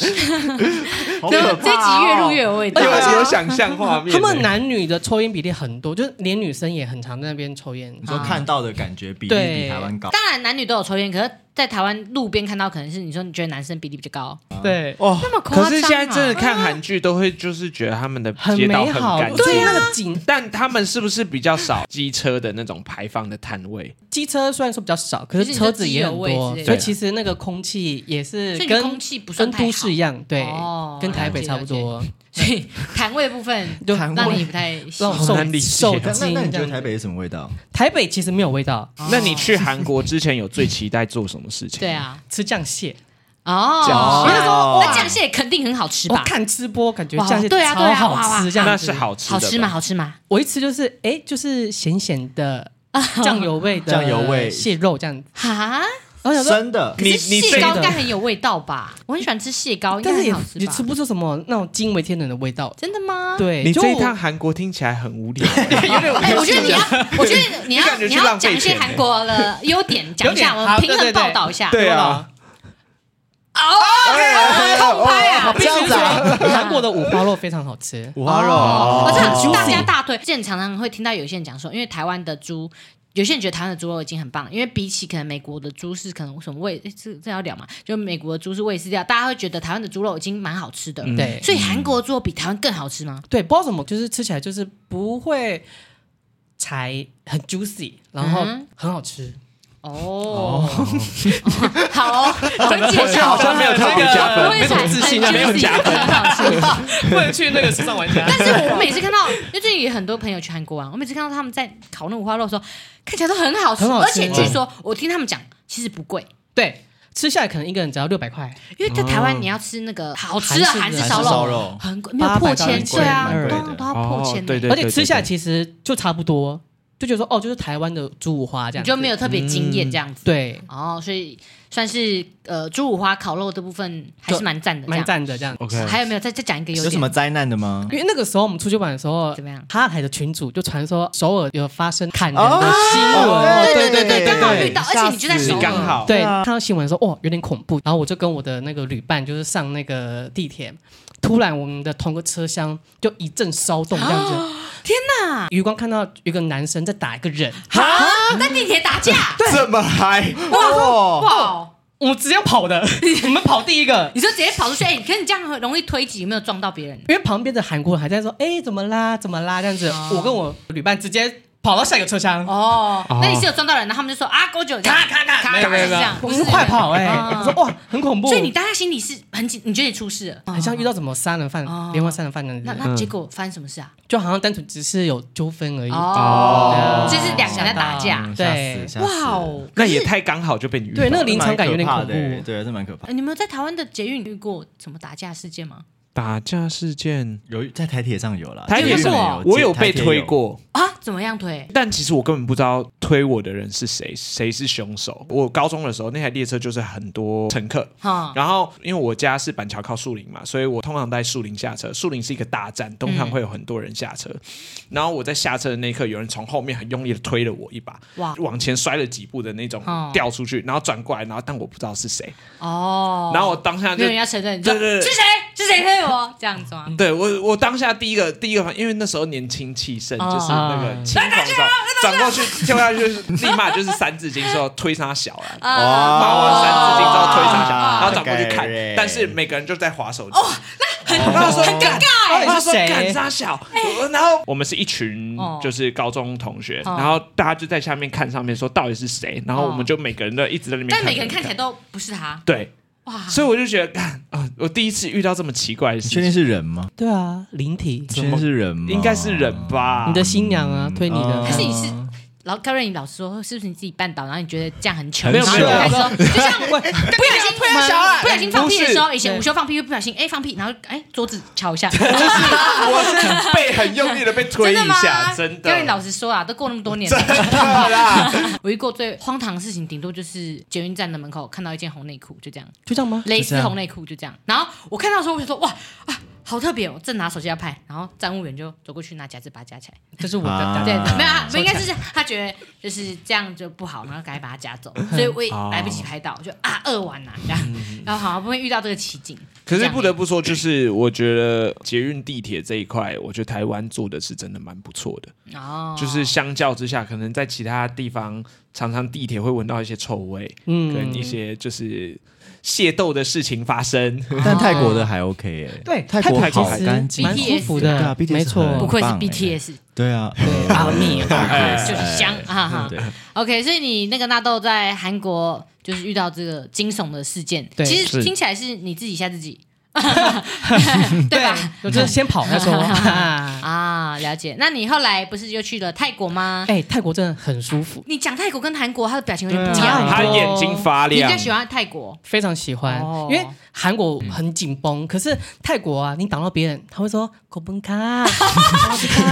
A: 好
B: 然后
A: 可
B: 这
A: 怕
B: 集
A: 哦
B: 越录越有味道
C: 对。啊，有想象画面。欸
E: 他们男女的抽烟比例很多，就是连女生也很常在那边抽烟
A: 你。
B: 啊
A: 说看到的感觉比例
E: 对
A: 比台湾高，
B: 当然，男女都有抽烟，可是，在台湾路边看到，可能是你说你觉得男生比例比较高，
E: 对，
C: 哦，
B: 那么夸张
C: 可
B: 啊
C: 是现在真的看韩剧都会就是觉得他们的
E: 很
C: 街道
E: 美
C: 很
E: 好，
C: 干
E: 就是
C: 净，
E: 那
B: 啊
E: 个景
C: 但他们是不是比较少机车的那种排放的摊位？
E: 机车虽然说比较少，可是车子也很
B: 就是你的机油味
E: 多
B: 之类，的
E: 所以其实那个空气也是
B: 所以你的
E: 跟
B: 空气不算
E: 跟
B: 太好
E: 都市一样，对
B: 哦，
E: 跟台北差不多，
B: 所以痰味的部分
E: 就
A: 痰
B: 让你
A: 味
B: <laughs> 不太喜欢
E: 让我
C: 好
E: 受
C: 难理解
E: 受
A: 那那
E: 惊。
A: 那你
E: 这
A: 觉得
E: 样
A: 台北是什么味道？
E: 台北其实没有味道，
C: 那你去韩国之前有最期待做什么事情？
B: 对，啊，
E: 吃酱蟹，
B: 哦，
A: 酱蟹
B: 那时候
A: 哦
B: 那酱蟹肯定很好吃
E: 我
C: 哦
B: 吧？
E: 看吃播感觉
B: 哇
E: 酱蟹
B: 对啊对
E: 超
B: 啊哇
E: 好
B: 哇
E: 吃，这样
C: 那
E: 子
C: 是好吃
B: 好
C: 的，
B: 吃吗？？好吃吗？
E: 我一吃就是哎、就是咸咸
B: <laughs>
E: 的
B: 哦
E: 酱油味的
A: 酱油味
E: 蟹肉这样子，
B: 哈，
E: 然后想说，
A: 真的
B: 可
C: 你
B: 是
C: 你
B: 蟹
C: 最
B: 膏应该很有味道吧？我很喜欢吃蟹膏，应该
E: 但是
B: 很
E: 也
B: 好吃
E: 也
B: 吧
E: 吃？不出什么那种惊为天人的味道。
B: 真的吗？
E: 对，
C: 你
E: 就
C: 这一趟韩国听起来很
B: <laughs>
C: 无聊， <laughs> 有点无
B: 哎，我觉得你要，我觉得你
C: 你
B: 要
C: 感觉
B: 你
C: 是
B: 要
C: 浪费
B: 讲一些
C: 钱
B: 韩国的优点，讲一下，
E: 优点
B: 我们
E: 好
B: 平衡
E: 对对对
B: 报道一下。
C: 对
E: 啊
C: 啊，
B: 空拍
E: 哦
B: 啊，
A: 这样子啊，
E: <laughs> 韩国的五花肉非常好吃，
A: 五花肉哦
B: 而且大家大对，之前常常会听到有些人讲说，因为台湾的猪。有些人觉得台湾的猪肉已经很棒了，因为比起可能美国的猪是可能什么喂，诶这这要聊嘛？就美国的猪是喂饲料，大家会觉得台湾的猪肉已经蛮好吃的。
E: 对
B: 所以韩国的猪肉比台湾更好吃吗？
E: 对，不知道怎么就是吃起来就是不会柴，很 juicy，然后
B: 嗯
E: 很好吃。
B: 哦，好哦，很解释
C: 好像没有特别加
B: 不
C: 分，
B: 会踩很 juicy，很好吃。
E: 不能去那个时尚玩家。
B: 但是我每次看到，因为最近也很多朋友去韩国玩，我每次看到他们在烤那五花肉的时候，看起来都很好吃，
E: 很好吃
B: 而且据说我听他们讲，其实不贵。
E: 对，吃下来可能一个人只要六百块，
B: 因为在台湾，你要吃那个好吃的韩
E: 韩
B: 式
E: 式
B: 烧
A: 韩式烧
B: 肉
A: 肉，
B: 很贵，没有破千，
E: 800
B: 对啊
A: 蛮，贵的
B: 都都要破千
C: 哦
B: 呢，
C: 对对
E: 而且吃下来其实就差不多，就觉得说哦，就是台湾的猪五花这
B: 你
E: 样子，
B: 就没有特别惊艳这样子。
E: 对，
B: 哦，所以算是呃猪五花烤肉的部分还是蛮赞的，
E: 蛮。赞的这样。
C: OK，
B: 还有没有再再讲一个优
A: 有什
B: 点
A: 么？灾难的吗？
E: 因为那个时候我们出去玩的时候，
B: 怎么样
E: 哈台的群主就传说首尔有发生砍人的新闻，
A: 哦
B: 对对
A: 对
B: 对，
A: 对
B: 刚好
A: 对
B: 遇到，而且你就在首
C: 你刚
B: 尔，
C: 好
E: 对，
A: 对啊
E: 看到新闻说哦有点恐怖，然后我就跟我的那个旅伴就是上那个地铁，突然我们的同个车厢就一阵骚动这样子，
B: 啊天哪！
E: 余光看到一个男生在打一个人，
B: 啊，在地铁打架，
A: 这么嗨
B: 哇
A: 哇！
B: 哦！
E: 我们直接
B: <laughs>
E: 跑的，我们跑第一个。
B: 你就直接跑出去，哎，可是你这样很容易推挤，有没有撞到别人？
E: 因为旁边的韩国人还在说：“哎、怎么啦？怎么啦？”这样子，我跟我旅伴直接跑到下一个车厢，
B: 哦，那你是有撞到人，然后他们就说啊，狗九，咔咔咔咔，
C: 没有没有
B: 这样，哦
E: 我们是快跑哎、我说哇，很恐怖，
B: 所以你大家心里是很紧，你觉得你出事
C: 嗯
B: 了，
E: 很像遇到什么杀人犯
B: 哦，
E: 连环杀人犯的人
B: 那，那结果发生什么事啊？
E: 就好像单纯只是有纠纷而已。啊
B: 哦，就是两个人在打架，
A: 嗯
E: 对
A: 吓死
B: 哇！哦。
C: 那也太刚好就被你遇到
E: 对，那个
A: 吓死
E: 临场感有点恐
A: 蛮可怕的
E: 怖。
A: 对，是蛮可怕的。
B: 呃你们有在台湾的捷运遇过什么打架事件吗？
C: 打架事件，
A: 有在台铁上有啦，
C: 台
B: 铁上
A: 上
C: 我有被推，过，
B: 啊，怎么样推？
C: 但其实我根本不知道推我的人是谁，谁是凶手。我高中的时候，那台列车就是很多乘客。
B: 哈，
C: 然后，因为我家是板桥靠树林嘛，所以我通常在树林下车。树林是一个大站，通常会有很多人下车。
B: 嗯
C: 然后我在下车的那一刻，有人从后面很用力的推了我一把，
B: 哇，
C: 往前摔了几步的那种
B: 哦，
C: 掉出去，然后转过来，然后但我不知道是谁。
B: 哦，
C: 然后我当下
B: 没
C: 就
B: 有人要承认，你说
C: 对对对
B: 是谁？是谁推我？这样子吗？
C: 对我，我当下第一个第一个反应，因为那时候年轻气盛，
B: 哦
C: 就是那个轻狂照，转过
B: 啊
C: 去跳下去，就是立马就是三字经之后推他小了。
B: 哦
A: 哇！
C: 骂完三字经之后推上小，
A: 哇
C: 然后转过去看
A: 感人，
C: 但是每个人就在划手机。
B: 哦
C: 然后说
E: <laughs> 很
C: 干
E: 尴尬欸
C: 然哎后说
E: 是谁
C: 干啥小，我然后我们是一群
B: 哎哦
C: 就是高中同学，
B: 哦
C: 然后大家就在下面看上面说到底是谁，然后我
B: 哦
C: 们就每个人都一直在那边看，
B: 但每个人看起来都不是他，
C: 对，
B: 哇，
C: 所以我就觉得干啊，我第一次遇到这么奇怪的事
A: 你确，
C: 情
A: 定是人吗？
E: 对啊，灵体，
A: 确定是人吗？
C: 应该是人吧？
E: 你的新娘啊，推你的，
A: 哦
B: 还是你是老高瑞，你老师说是不是你自己绊倒，然后你觉得这样很糗，
C: 没
B: 然
C: 有
B: 后
C: 没
B: 就
C: 有
B: 开始说，就像不小心我们不小心放屁的时候，以前
E: 对
B: 午休放屁会不小心哎放屁，然后哎桌子敲一 <laughs> 下，
C: 我是被很用力的被
B: <laughs> 真
C: 推一
B: 的吗？
C: 下，真
B: 高瑞
C: 的，
B: 老师说啊，都过那么多年
C: 真
B: 了，
C: 的
B: <laughs>
C: 啦，
B: 我遇过最荒唐的事情，顶多就是捷运站的门口看到一件红内裤，就这样，
E: 就这样吗？
B: 蕾丝红内裤就这样。然后我看到的时候，我就说哇啊，好特别哦！正拿手机要拍，然后站务员就走过去拿夹子把它夹起来。
E: 这是我
A: 啊
E: 的，
B: 对，没有啊，没应该是他觉得就是这样就不好，然后赶紧把它夹走，所以我也来不及拍到，就啊二完呐、这样， <laughs> 然后好不容易遇到这个奇景。
C: 可是不得
B: 不
C: 不说，就是我觉得捷运、地铁这一块，我觉得台湾做的是真的蛮不错的。
B: 哦，
C: 就是相较之下，可能在其他地方，常常地铁会闻到一些臭味，
E: 嗯
C: 跟一些就是械斗的事情发生。
A: <laughs> 但泰国的还 OK
C: 啊
A: 哎，
E: 对
A: 泰国
E: 泰国
A: 好
E: 其实
A: 干净，
E: 蛮舒服的
A: 对啊，BTS
E: 没错
A: 很棒
B: 不愧是
A: 哎
B: BTS，
A: 对啊，
B: <laughs>
A: <laughs>
E: 阿密，
A: BTS
B: 就是香啊
A: 哎
B: 哈哈
A: 对，
B: OK，所以你那个纳豆在韩国就是遇到这个惊悚的事件，
E: 对
B: 其实
C: 是
B: 听起来是你自己吓自己，
A: 嗯
E: 对吧？我就是先跑
B: <laughs>
E: 再说。 <laughs> 啊
B: 啊，了解。那你后来不是又去了泰国吗？
E: 哎，泰国真的很舒服，
B: 你讲泰国跟韩国，他的表情有点不一
E: 差很
B: 样。
C: <laughs>
E: 多
C: 啊他眼睛发
B: 你比
C: 亮
B: 较，喜欢泰国
E: 非常喜欢
B: 哦，
E: 因为韩国很紧绷，可是泰国啊，你挡到别人，他会说“口崩
B: <laughs>
E: 卡”， <laughs>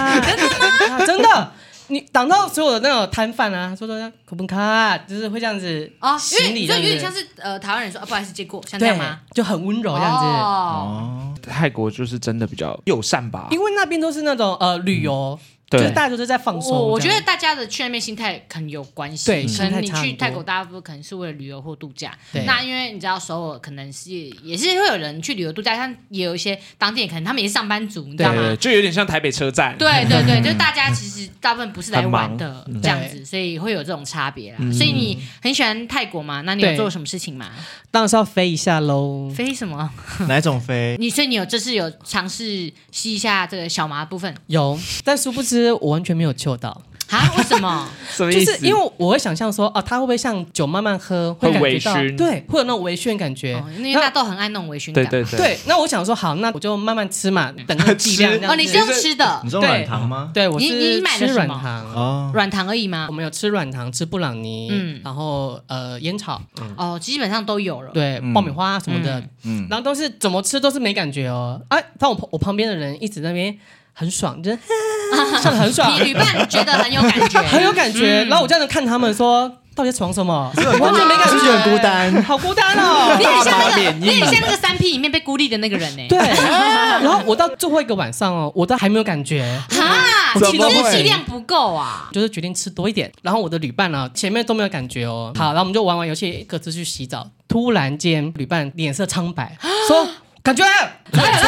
E: 真的。你挡到所有的那种摊贩啊，说说“口崩卡”，就是会这样子
B: 啊？因
E: 行
B: 为
E: 礼
B: 你
E: 这
B: 就
E: 样
B: 有点
E: 子，
B: 像是呃台湾人说啊，不好意思，借过，像这
E: 对
B: 样吗？
E: 就很温柔这样子。
B: 哦，
C: 泰国就是真的比较友善吧？
E: 因为那边都是那种呃旅游，
C: 嗯对
E: 就是大家都是在放松这
B: 我
E: 样。
B: 我觉得大家的去那边心态可能有关系，
E: 对
B: 可能你
E: 心态差很
B: 去
E: 多
B: 泰国，大部分可能是为了旅游或度假。
E: 对
B: 那因为你知道首尔可能是也是会有人去旅游度假，像也有一些当地人可能他们也是上班族，你
E: 啊
B: 知道吗
C: 对，？就有点像台北车站。
B: 对啊对
E: <laughs>
B: 对，就是大家其实大部分不是来玩的
C: 很
E: 嗯
C: 忙
B: 这样子，所以会有这种差别啦。所以你很喜欢泰国吗？那你有
E: 对
B: 做什么事情吗？
E: 当然是要飞一下喽。
B: 飞什么？
A: 哪种飞？
B: 你所以你有这次有尝试吸一下这个小麻的部分
E: 有，但殊不知我完全没有嗅到，
B: 啊？为什
E: <laughs>
B: 么？
C: 什么
E: 就
C: 意
E: 是
C: 思？
E: 因为我会想象说，哦、他会不会像酒慢慢喝，
C: 会
E: 感觉到
C: 微醺
E: 对，会有那种微醺的感觉。
B: 哦因为
E: 那
B: 大豆很爱那种微醺
C: 对
B: 感。
C: 对对，
E: 对，那我想说，好，那我就慢慢吃嘛，等
C: <laughs>
E: 那个剂量这样
B: 哦，
E: 子。
B: 你是用吃的
A: 你，知道软糖吗？
E: 对，我
B: 你你
E: 是
B: 买了
E: 吃
B: 什
E: 软
B: 么
E: 糖。
A: 哦，
B: 软糖而已吗
E: 我？们有吃软糖，吃布朗尼，
B: 嗯
E: 然后呃烟草，
C: 嗯
B: 哦，基本上都有了。
E: 对，
A: 嗯
E: 爆米花什么的，
A: 嗯，
E: 然后都是怎么吃都是没感觉哦。啊，但我旁我旁边的人一直在那边很爽，就是 <laughs> 笑得很
B: <laughs>
E: 爽，
A: 啊
B: 你旅伴觉得很有感觉，
E: <laughs> 很有感觉。然后我这样子看他们说，到底在爽什么？完全没感
A: 是
E: 觉，
A: 不是很孤
B: <laughs>
A: 单？
E: 好孤单哦
B: 你。很像那
C: 大麻
B: 个，
C: 免疫
B: 你很像那个三 P 里面被孤立的那个人呢。
E: <laughs> 对，然后我到最后一个晚上哦，我都还没有感觉，
B: 啊，
A: 怎么
B: 你真
A: 会
B: 是剂量不够啊！
E: 就是决定吃多一点。然后我的旅伴呢、前面都没有感觉哦。好，然后我们就玩玩游戏，各自去洗澡。突然间，旅伴脸色苍白，说。感觉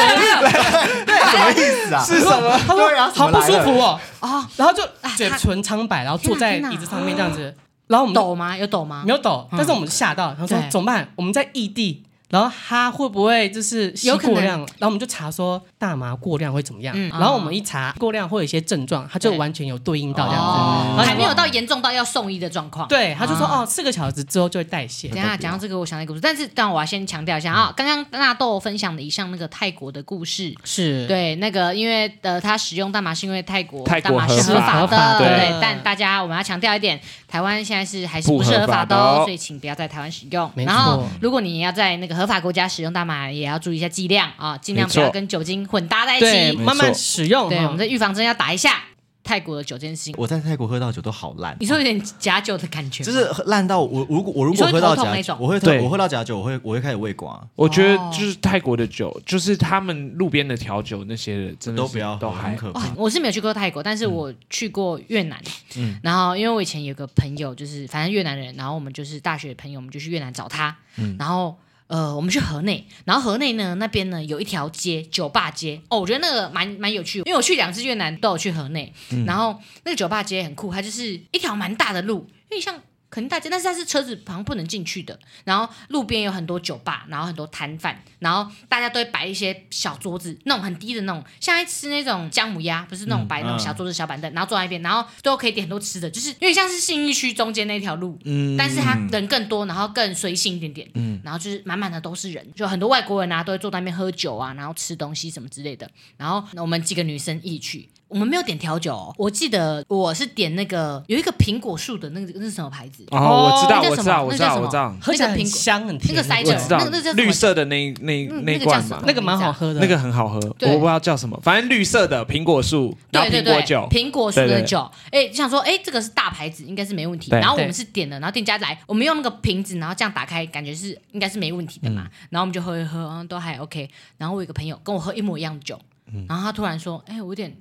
B: <laughs>
A: 什么意思啊？
C: 是 <laughs> 什么？
E: 他说
A: 对啊
E: 好不舒服哦，
B: 哦，
E: 然后就
B: 啊
E: 嘴
B: 他
E: 唇苍白，然后坐在
B: 天哪嗯
E: 椅子上面这样子，然后我们就
B: 抖吗？有抖吗
C: 嗯
E: 没？有抖，但是我们就吓到，他说
B: 对
E: 怎么办？我们在异地，然后它会不会就是吸
B: 有可能
E: 过量？然后我们就查说大麻过量会怎么样，
B: 嗯
E: 然后我们一查过量会有一些症状，它就
B: 对
E: 完全有对应到这样子。
B: 哦
E: 然后
B: 还没有
E: 到。
B: 到严重到要送医的状况。
E: 对，他就说、
B: 啊
E: 哦，四个小时之后就会代谢
B: 等。一下讲到这个，我想到一个故事，但是但我要先强调一下啊，刚刚纳豆分享的以上那个泰国的故事，
E: 是，
B: 对，那个因为呃，他使用大麻是因为泰国
C: 泰
B: 大
C: 国
B: 麻是
C: 合法
B: 法
E: 合法
B: 的，
C: 对
B: 对。但大家我们要强调一点，台湾现在是还是
C: 不
B: 不是
C: 合
B: 合
C: 法
B: 法的
C: 的
B: 哦
C: 哦，
B: 所以请不要在台湾使用。
E: 没
B: 然后
E: 错，
B: 如果你要在那个合法国家使用大麻，也要注意一下剂量啊，尽量
C: 没
B: 不
C: 错
B: 要跟酒精混搭在一
E: 对，
B: 起。
C: 没
E: 慢
C: 错
E: 慢使
B: 哎
E: 用。哦
B: 对，
E: 哈
B: 我们的预防针要打一下泰国的酒这件事情。
A: 我在泰国喝到酒都好烂
B: 你，说有点假酒的感觉吗，
A: 就是喝烂到我如果我如果
B: 你说
A: 喝到
B: 头痛
A: 假
B: 那
A: 酒
B: 种，
A: 我会
C: 对
A: 我喝到假酒，我会我会开始胃刮。
C: 我觉得
B: 哦
C: 就是泰国的酒，就是他们路边的调酒那些的，真的
A: 都
C: 是
A: 不要喝
C: 都
A: 很
C: 还
A: 可怕 <laughs>
B: 哇。，我是没有去过泰国，但是我去过越南。
C: 嗯
B: 然后因为我以前有个朋友，就是反正越南人，然后我们就是大学朋友，我们就去越南找他。
C: 嗯
B: 然后呃，我们去河内，然后河内呢那边呢有一条街，酒吧街。哦，我觉得那个蛮蛮有趣，因为我去两次越南都有去河内，然后那个酒吧街很酷，它就是一条蛮大的路，因为像。肯定大街，但是它是车子好像不能进去的。然后路边有很多酒吧，然后很多摊贩，然后大家都会摆一些小桌子，那种很低的那种，像在吃那种姜母鸭，不是那种摆那种
A: 嗯
B: 小桌子、小板凳，然后坐在一边，然后都可以点很多吃的，就是因为像是信义区中间那条路，但是它人更多，然后更随性一点点，然后就是满满的都是人，就很多外国人啊都会坐在那边喝酒啊，然后吃东西什么之类的。然后我们几个女生一起去，我们没有点调酒、哦，我记得我是点那个有一个苹果树的那个那是什么牌子？
C: 哦，我知道，
B: 那叫
C: 我知
B: 什么
C: 道，我
B: 那
C: 知
B: 叫
C: 道，
B: 什
C: 我
B: 么
C: 知道，
E: 喝起来
B: 那个
E: 很
B: 苹果
E: 香很甜，
B: 那个塞
C: 我
B: 着
C: 知
B: 那个那
C: 道，
B: 叫什么
C: 绿色的那那
B: 嗯那个
C: 那
B: 叫
C: 罐
B: 什么
C: 嘛，
E: 那个蛮好喝的。
C: 那个很好喝，我不
B: 对
C: 知道叫什么，反正绿色的苹果树，然后
B: 对对
C: 苹果
B: 对，
C: 酒，
B: 苹果树
C: 对
B: 的
C: 对
B: 酒，哎，就想说，哎，这个是大牌子，应该是没问题。
C: 对
B: 然后我们
E: 对
B: 是点了，然后店家来，我们用那个瓶子，然后这样打开，感觉是应该是没问题的嘛。然后我们就喝一喝，嗯，都还 OK。然后我有一个朋友跟我喝一模一样的酒，然后他突然说，哎，我有点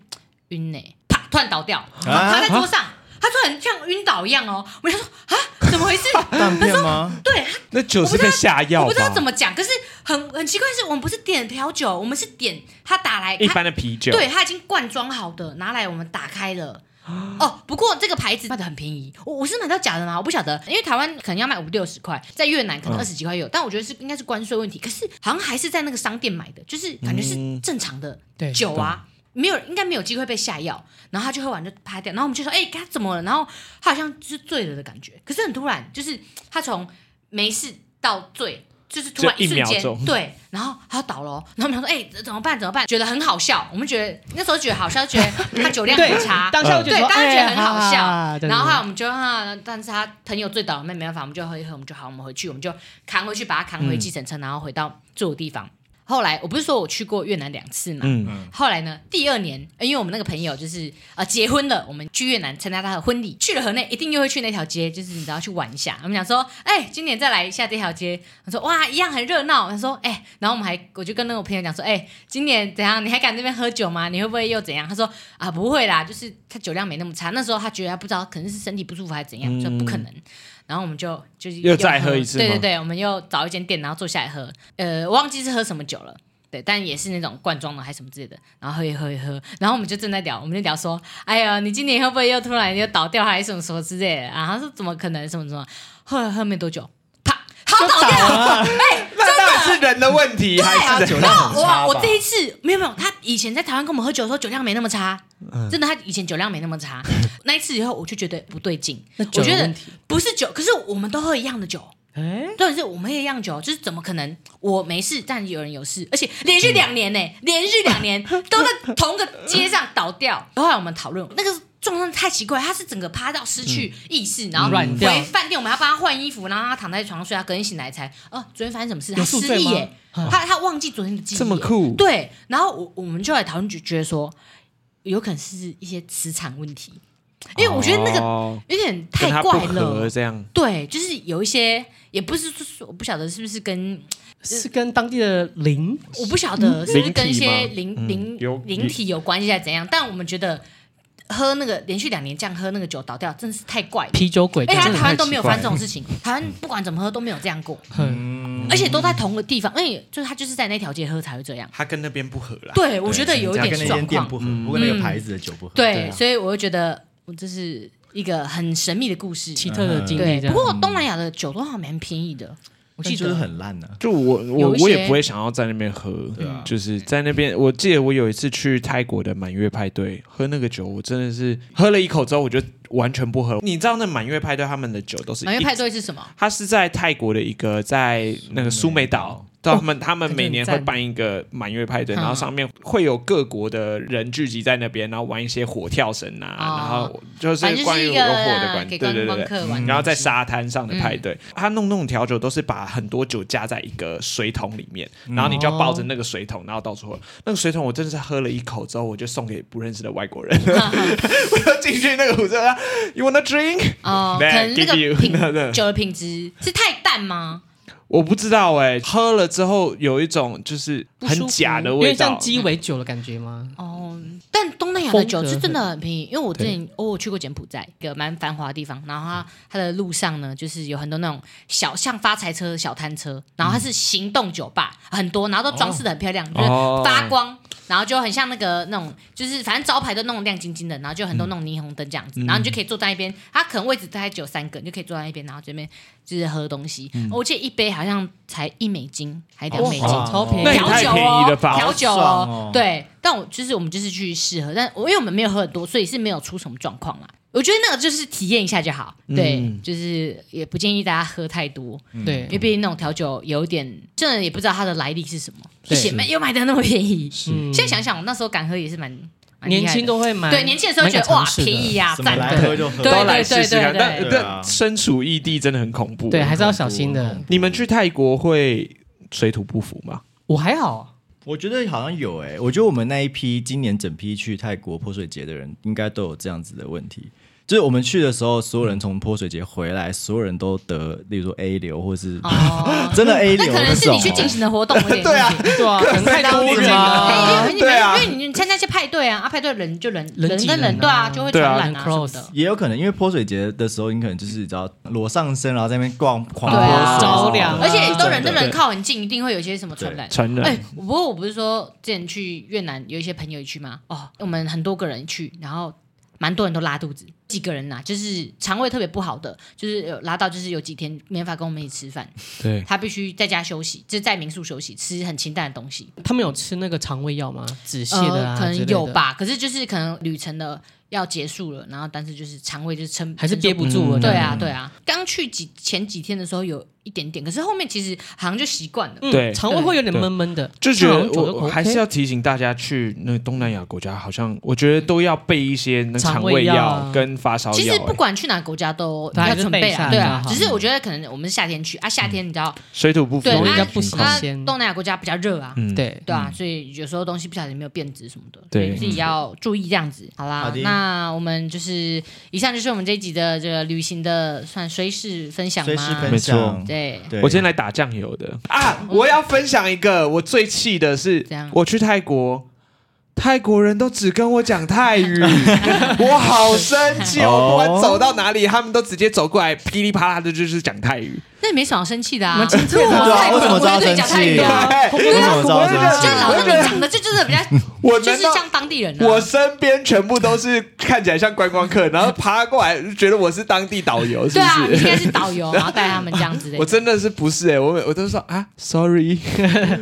B: 晕呢、啪，突然倒掉，
C: 啊
B: 趴在桌上，他突然像晕倒一样哦。我就说啊，怎么回事？
A: 断片吗？
B: 对，
C: 那酒是被下药
B: 我不知道
C: 吧
B: 怎？么讲，可是很很奇怪，是我们不是点调酒，我们是点他打来，
C: 一
B: 他
C: 般的啤酒，
B: 对，它已经罐装好的，拿来我们打开了。
C: 啊
B: 哦，不过这个牌子卖的很便宜，我我是买到假的吗？我不晓得，因为台湾可能要卖五六十块，在越南可能
C: 嗯
B: 二十几块有，但我觉得是应该是关税问题。可是好像还是在那个商店买的，就是感觉是
C: 嗯
B: 正常的
E: 对
B: 酒啊，没有应该没有机会被下药。然后他就喝完就趴掉，然后我们就说，哎、他怎么了？然后他好像就是醉了的感觉，可是很突然，就是他从没事到醉，就是突然
C: 就一
B: 瞬
C: 秒
B: 间，
C: 钟
E: 嗯
B: 对，然后他倒了哦，然后我们想说，哎、怎么办？怎么办？觉得很好笑，我们觉得那时候觉得好笑，觉
E: <laughs>
B: 得他酒量很差。
E: 当下我觉得
B: 对，
E: 说
B: 当时觉得很好
E: 哎
B: 笑，
E: 哈对
B: 然后后
E: 对
B: 来
E: 对
B: 我们就啊，但是他朋友醉倒了，那没办法，我们就喝一喝，我们就好，我们回去，我们就扛回去，把他扛回计程
E: 嗯
B: 车，然后回到住的地方。后来我不是说我去过越南两次嘛，
C: 嗯，
B: 后来呢，第二年，呃因为我们那个朋友就是呃结婚了，我们去越南参加他的婚礼，去了河内，一定又会去那条街，就是你知道去玩一下。我们想说，哎、今年再来一下这条街。他说哇，一样很热闹。他说哎、然后我们还我就跟那个朋友讲说，哎、今年怎样？你还敢这边喝酒吗？你会不会又怎样？他说啊，不会啦，就是他酒量没那么差。那时候他觉得他不知道，可能是身体不舒服还是怎样，
C: 嗯
B: 说不可能。然后我们就就是
C: 又再喝一次吗
B: 对对对，我们又找一间店，然后坐下来喝。呃，我忘记是喝什么酒了。对，但也是那种罐装的还是什么之类的，然后喝一喝一喝，然后我们就正在聊，我们就聊说，哎呀，你今年会不会又突然又倒掉还是什么什么之类的？然后他说怎么可能什么什么，后来喝没多久，啪，好倒掉，哎
C: 那到底是人的问题还是
A: 酒量很
B: 哇！
A: 差
B: 啊我
A: 吧？
B: 第一次没有没有，他以前在台湾跟我们喝酒的时候酒量没那么差，真的，他以前酒量没那么差。那一次以后，我就觉得不对劲，
E: 那
B: 我
E: 酒
B: 觉
E: 有
B: 得
E: 问题
B: 不是酒，可是我们都喝一样的酒。
C: 哎
B: 重点是我们也一样酒，就是怎么可能我没事，但有人有事，而且连续两
E: <laughs>
B: 年呢、连续两年都在同个街上倒
E: <laughs>
B: 掉。后来我们讨论那个状况太奇怪，他是整个趴到失去意识，然后
E: 嗯软掉
B: 回饭店，我们要帮他换衣服，然后他躺在床上睡，他隔天醒来才哦、昨天发生什么事？他
E: 有
B: 失
E: 宿醉
B: 忆
E: 吗
B: 耶、他他忘记昨天的记忆耶，
C: 这么酷
B: 对，然后我我们就来讨论，就觉得说，有可能是一些磁场问题，因为我觉得那
E: 哦
B: 个
C: 个
B: 有点太怪了。
C: 这样
B: 对，就是有一些，也不是说我不晓得是不是跟
E: 是跟当地的零
B: 我不晓得是不是跟一些灵灵
C: 灵体吗嗯有
B: 灵体有关系，还是怎样？但我们觉得喝那个连续两年这样喝那个酒倒掉，真的是太怪了。
E: 啤酒鬼，
B: 哎，他
E: 真的
B: 台湾
E: 太
B: 都没有
E: 奇怪
B: 发生这种事情，台湾不管怎么喝都没有这样过，
E: 很
B: 而且都在同个地方，而且就是他就是在那条街喝才会这样。
C: 他跟那边不合啦。
B: 对，我觉得有一
A: 它
B: 点
A: 跟那
B: 状
A: 间店
B: 况。嗯
A: 不合，我跟那个牌子的酒不合。
B: 对，
C: 对啊
B: 所以我就觉得我这是一个很神秘的故事。
E: 奇特的经历
B: 对，
C: 嗯
E: 这
B: 不
E: 样。
B: 过东南亚的酒都好像蛮便宜的，我
A: 但
B: 记
A: 就是
B: 得
A: 很烂呢、啊。
C: 就我我
B: 有一
C: 我
B: 些
C: 也不会想要在那边喝，
A: 啊
C: 就是在那边。我记得我有一次去泰国的满月派对喝那个酒，我真的是喝了一口之后我就完全不喝了。你知道那满月派对他们的酒都是
B: 满月
C: 一
B: 派对是什么？
C: 它是在泰国的一个在那个苏梅岛。到他们他们
E: 感觉
C: 每年
E: 很
C: 会
E: 赞
C: 办一个满月派
B: 嗯
C: 对，然后上面会有各国的人聚集在那边，然后玩一些火跳绳啊，
B: 哦
C: 然后就是
B: 反正就
C: 关
B: 是
C: 于
B: 一
C: 火
B: 个
C: 的
B: 啊
C: 关，
B: 给
C: 对
B: 观
C: 对对
B: 光
C: 对，
B: 客玩的东西，嗯
C: 然后在沙滩上的派对，他弄那种调酒都是把很多酒加在一个水桶里面，
B: 嗯
C: 然后你就要抱着那个水桶，然后到处喝。那个水桶我真的是喝了一口之后，我就送给不认识的外国
B: <laughs>
C: 人， <laughs> 我就进去那个湖说，You wanna drink？
B: 哦，可
C: That
B: 能那
C: give you-
B: 个品
C: 对对
B: 酒的品质是太淡吗？
C: 我不知道哎、喝了之后有一种就是很假的
E: 有点
C: 味
E: 像
C: 道。
E: 鸡尾酒的感觉吗？
B: 哦，但东南亚的酒是真的很便宜，因为我之前偶尔去过柬埔寨，一个蛮繁华的地方，然后它它的路上呢，就是有很多那种小像发财车、小摊车，然后它是行动酒吧，很多，然后都装饰的很漂亮，就是
C: 哦
B: 发光。然后就很像那个那种，就是反正招牌都弄得亮晶晶的，然后就很多那种霓虹灯这样子，然后你就可以坐在那边，它可能位置大概只有三个，你就可以坐在那边，然后这边就是喝东西。我记得一杯好像才一美金，还两美金，
A: 哇
E: 超便
C: 哦那
E: 宜
C: 也
B: 调
C: 太
B: 酒
C: 便
B: 哦，
C: 宜了吧
B: 调酒
A: 好爽哦
B: 对。但我就是我们就是去试喝，但我因为我们没有喝很多，所以是没有出什么状况啦。我觉得那个就是体验一下就好，对，就是也不建议大家喝太多，
C: 嗯
E: 对
B: 因为，毕竟那种调酒有点，真的也不知道它的来历是什么，
E: 对
B: 写卖又卖的那么便宜。
E: 嗯
B: 现在想想，我那时候敢喝也是蛮蛮厉害的
E: 年轻都会买，
B: 对年轻的时候觉
E: 蛮
B: 得
E: 敢
B: 哇
E: 尝试
B: 便
E: 的
B: 宜呀，
A: 什么
B: 赞
A: 来
B: 的，
A: 喝就喝，
B: 对
C: 都来试试
B: 对
C: 看，
B: 对
C: 但
A: 对对啊
C: 但身处异地真的很恐怖。
E: 对，还是要小心
A: 很恐
E: 的
A: 怖。
C: 你们去泰国会水土不服吗？
E: 我还好，
A: 我觉得好像有诶、我觉得我们那一批今年整批去泰国泼水节的人，应该都有这样子的问题。就是我们去的时候，所有人从泼水节回来，所有人都得，例如说 A 流，或是、 <laughs>
B: 哦，
A: 真的 A
B: 那
A: 流
B: 可能是
A: 种
B: 你去
A: 哦
B: 进行的活动有点
A: 对啊
B: 问题
E: <laughs> 对啊，可能太多人
B: 哎
E: 啊
B: 因为你
C: 对啊
B: 们因为你参加一些派对啊，啊派对人就人
E: 人
B: 人
E: 挤
B: 跟
E: 人
B: 人对啊，
E: 啊
B: 就会传染啊
E: 对啊
B: 什么的。
A: 也有可能，因为泼水节的时候，你可能就是你知道裸上身，然后在那边逛狂
B: 对
A: 泼
B: 啊
A: 水，
E: 着凉啊
B: 而且都人跟人
C: 对
B: 靠很近，一定会有一些什么传染。
C: 传染
B: 哎、不过我不是说之前去越南有一些朋友一起去吗？哦，我们很多个人去，然后蛮多人都拉肚子，几个人呐、啊就是肠胃特别不好的，就是有拉到就是有几天没法跟我们一起吃饭，
C: 对，
B: 他必须在家休息，就是在民宿休息，吃很清淡的东西。
E: 他们有吃那个肠胃药吗？止泻的啊，
B: 呃，可能有。吧，可是就是可能旅程的要结束了，然后但是就是肠胃就是撑
E: 还是
B: 承受
E: 憋不住了，
B: 对啊，对啊，刚去几前几天的时候有一点点，可是后面其实好像就习惯了。
E: 嗯，
C: 对
E: 肠胃会有点闷闷的，
C: 就觉
E: 好
C: 得
E: 像久了
C: 我我还是
E: 口
C: 要提醒大家，去那个东南亚国家，好像我觉得都要备一些那个
E: 肠
C: 肠
E: 胃
C: 胃
E: 药啊
C: 药跟发烧药、
B: 其实不
C: 欸
B: 管去哪个国家都
E: 对
B: 要
E: 还是
B: 准备
E: 备
B: 啊，
E: 下来
B: 对啊。
E: 好
B: 只是我觉得可能我们是夏天去啊，夏天你知道，
E: 嗯
C: 水土不服
B: 对，，
E: 容易
B: 啊
E: 就不新
B: 啊
E: 鲜
B: 东南亚国家比较热啊，
C: 嗯，
E: 对，
B: 对啊，所以有时候东西不小心没有变质什么的，
C: 对
B: 所以自己要注意这样子。好啦
A: 好的，
B: 那我们就是以上就是我们这一集的这个旅行的算随事分享
A: 随时分
B: 吗？
A: 享。
B: 对，
A: 对，
C: 我今天来打酱油的啊！我要分享一个，我最气的是
B: 怎样，
C: 我去泰国，泰国人都只跟我讲
B: <laughs>
C: 泰语，我好生气！
A: 哦
C: 我不管走到哪里，他们都直接走过来，噼里啪啦的，就是讲泰语。
B: 那也没什么好生气的啊。
A: 对啊，
B: 泰国
A: 为什么
B: 人
A: 知道
B: 不会
A: 生
B: 对讲泰语
A: 气？
B: 啊
A: <laughs> 为什么知道生
B: 就
A: 气
B: 是？老师你讲的，就就是比较，
C: 我
B: 就
C: 难
B: 是
C: 道
B: 像当地人啊。
C: 我身边全部都是看起来像观光客，然后爬过来就觉得我是当地导游，是
B: 对啊，
C: 不
B: 你应该
C: 是？
B: 是导游，然后带他们这样子的。
C: 我真的是不是哎、欸，我每我都说啊，sorry，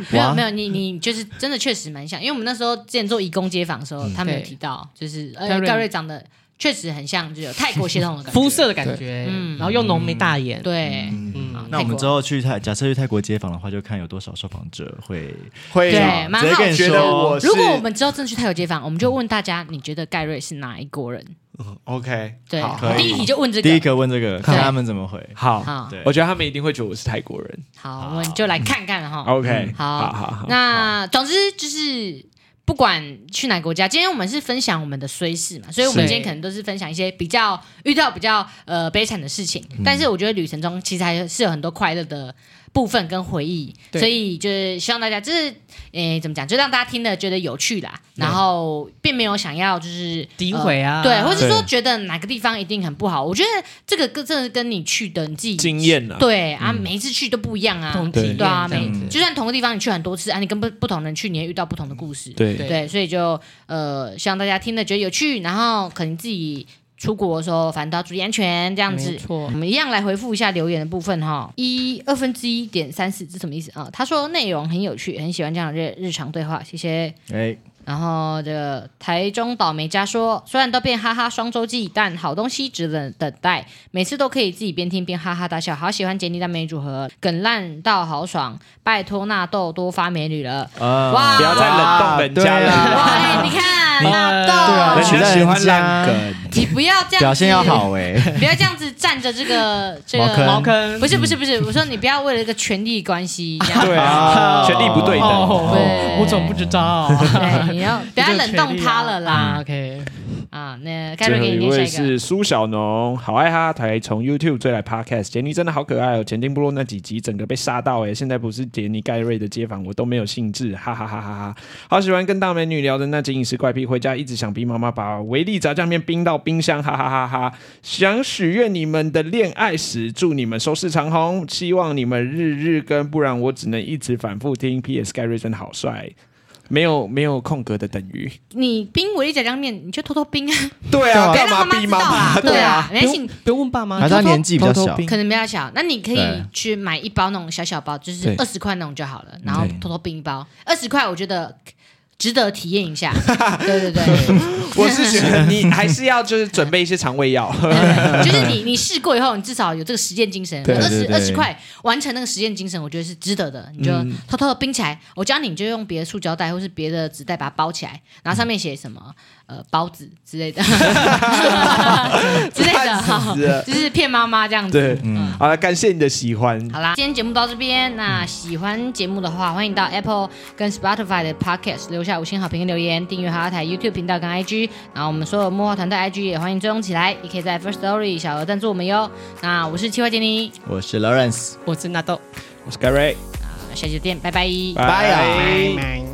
B: 没有
A: 哇
B: 没有，你你就是真的确实蛮像，因为我们那时候之前做义工街访的时候，他们有
E: 对
B: 提到，就是呃
E: 盖，瑞
B: 盖瑞长得确实很像，就有泰国血统的感觉。
E: 肤色的感觉，
B: 嗯
E: 然后又浓眉大眼，
B: 对，
E: 嗯，
A: 那我们
B: 泰国
A: 之后去泰，假设去泰国街访的话，就看有多少受访者会
C: 会哦
B: 对，蛮
A: 直接
B: 好
A: 跟你
B: 奇
C: 觉
B: 的
C: 得
A: 说哦
C: 我是
B: 如果我们之后真的去泰国街访，我们就问大家，你觉得盖瑞是哪一国人？
C: OK，
B: 对
C: 好，
A: 可以
B: 第一题就问这
A: 第一
B: 个。
A: 个问这个，看他们怎么回。
C: 好
B: 好
A: 对
C: 我觉得他们一定会觉得我是泰国人。
B: 好，我们就来看看哈。
C: OK，
B: 嗯好
C: 好好，
B: 那总之就是。不管去哪个国家，今天我们是分享我们的虽事嘛，所以我们
E: 是
B: 今天可能都是分享一些比较遇到比较呃悲惨的事情，
E: 嗯
B: 但是我觉得旅程中其实还是有很多快乐的部分跟回忆，
E: 对
B: 所以就是希望大家就是诶、怎么讲，就让大家听的觉得有趣啦，然后并没有想要就是
E: 诋毁啊，
B: 呃对，或者说
C: 对
B: 觉得哪个地方一定很不好，我觉得这个跟真的跟你去的你自己
C: 经验啊，
B: 对啊，每一次去都不一样啊，
E: 嗯不同体验
B: 对啊，
E: 这样
B: 每
E: 子
B: 就算同个地方你去很多次啊，你跟不不同人去，你也遇到不同的故事。
C: 对
E: 对
B: 所以就呃，希望大家听了觉得有趣，然后可能自己出国的时候，反正都要注意安全，这样子
E: 没。错
B: 我，们一样来回复一下留言的部分哈，一二分之一点三四这什么意思啊？他说内容很有趣，很喜欢这样的日日常对话，谢谢。
A: 哎，
B: 然后这个台中倒霉家说，虽然都变哈哈双周记，但好东西值得等待，每次都可以自己边听边哈哈大笑，好喜欢杰尼蛋美女组合，梗烂到好爽，拜托纳豆多发美女了，
A: 呃
B: 哇
C: 不要再冷冻人家了
A: 对
B: 哇，
A: 啊
B: 哎你看
A: 你
B: 纳
A: 对啊
B: 豆，
A: 人家
C: 喜欢烂梗，
B: 你不要这样，
A: 表现要，好哎，
B: 不要这样子站着这个这
A: 茅坑
B: 个
E: 茅坑
B: 不是不是不是，我说你不要为了一个权力关系这样。
C: 对啊， <laughs> 权力不对等。
E: 哦
B: 对
E: 我总不知 <laughs> 道。
B: 对，你要不要冷冻他了
E: 啊
B: 啦！
E: ，OK，
B: 啊，那盖
C: 最
B: 瑞
C: 后
B: 给你
C: 一
B: 念
C: 位
B: 下一个。
C: 是苏小农，好爱哈台从 YouTube 追来 Podcast，杰尼真的好可爱哦！前丁部落那几集整个被杀到哎、现在不是杰尼盖瑞的街坊，我都没有兴致，哈哈哈哈哈！好喜欢跟大美女聊的那集饮食怪癖，回家一直想逼妈妈把维力炸酱面冰到冰箱，哈哈哈哈！想许愿你们的恋爱史，祝你们收视长虹，希望你们日日更，不然我只能一直反复听。P.S. 盖瑞真的好帅，没有没有空格的等于，
B: 你冰维力炸酱面，你就偷偷
C: <laughs>
B: 冰啊，
C: 对
A: 啊
C: 啊，
B: 不要
C: 干
B: 让
C: 嘛
B: 妈
C: 逼
B: 知
C: 妈
B: 道啦
C: <laughs> 妈？。
B: 对
C: 啊。
B: 啊，没关系，你
E: 不用问爸妈
A: 还是他年纪比较
E: 偷
A: 小
E: 偷，冰
B: 可能比较小，那你可以
A: 对
B: 去买一包那种小小包，就是
C: 对
B: 二十块那种就好了，然后
A: 对
B: 偷偷冰一包，二十块我觉得值得体验一
C: <laughs>
B: 下。对对对，
C: 我是觉得你还是要就是准备一些肠胃药，
A: <laughs>
B: 就是你你试过以后，你至少有这个实践精神，
A: 对
B: 二十
A: 对对嗯
B: 二十块完成那个实践精神，我觉得是值得的。你就偷偷的冰起来，我教你，你就用别的塑胶袋或是别的纸袋把它包起来，然后上面写什么呃包子之
A: <laughs>
B: 类的之类的，
C: 烦死
B: <laughs>
C: 了
B: 就是骗妈妈这样子。
C: 对，好了，感谢你的喜欢，
B: 嗯好啦，今天节目到这边。那喜欢节目的话，欢迎到 Apple 跟 Spotify 的 Podcast 留下五星好评跟留言，订阅哈哈台 YouTube 频道跟 IG。然后我们所有幕后团队 IG 也欢迎追踪起来，也可以在 First Story 小额赞助我们哟。那我是七花杰尼，
A: 我是 Lawrence。
E: 我是纳豆，
C: 我是 Gary，
E: 哎
B: 那下期再见，拜拜。
C: 拜
A: 拜
E: 拜。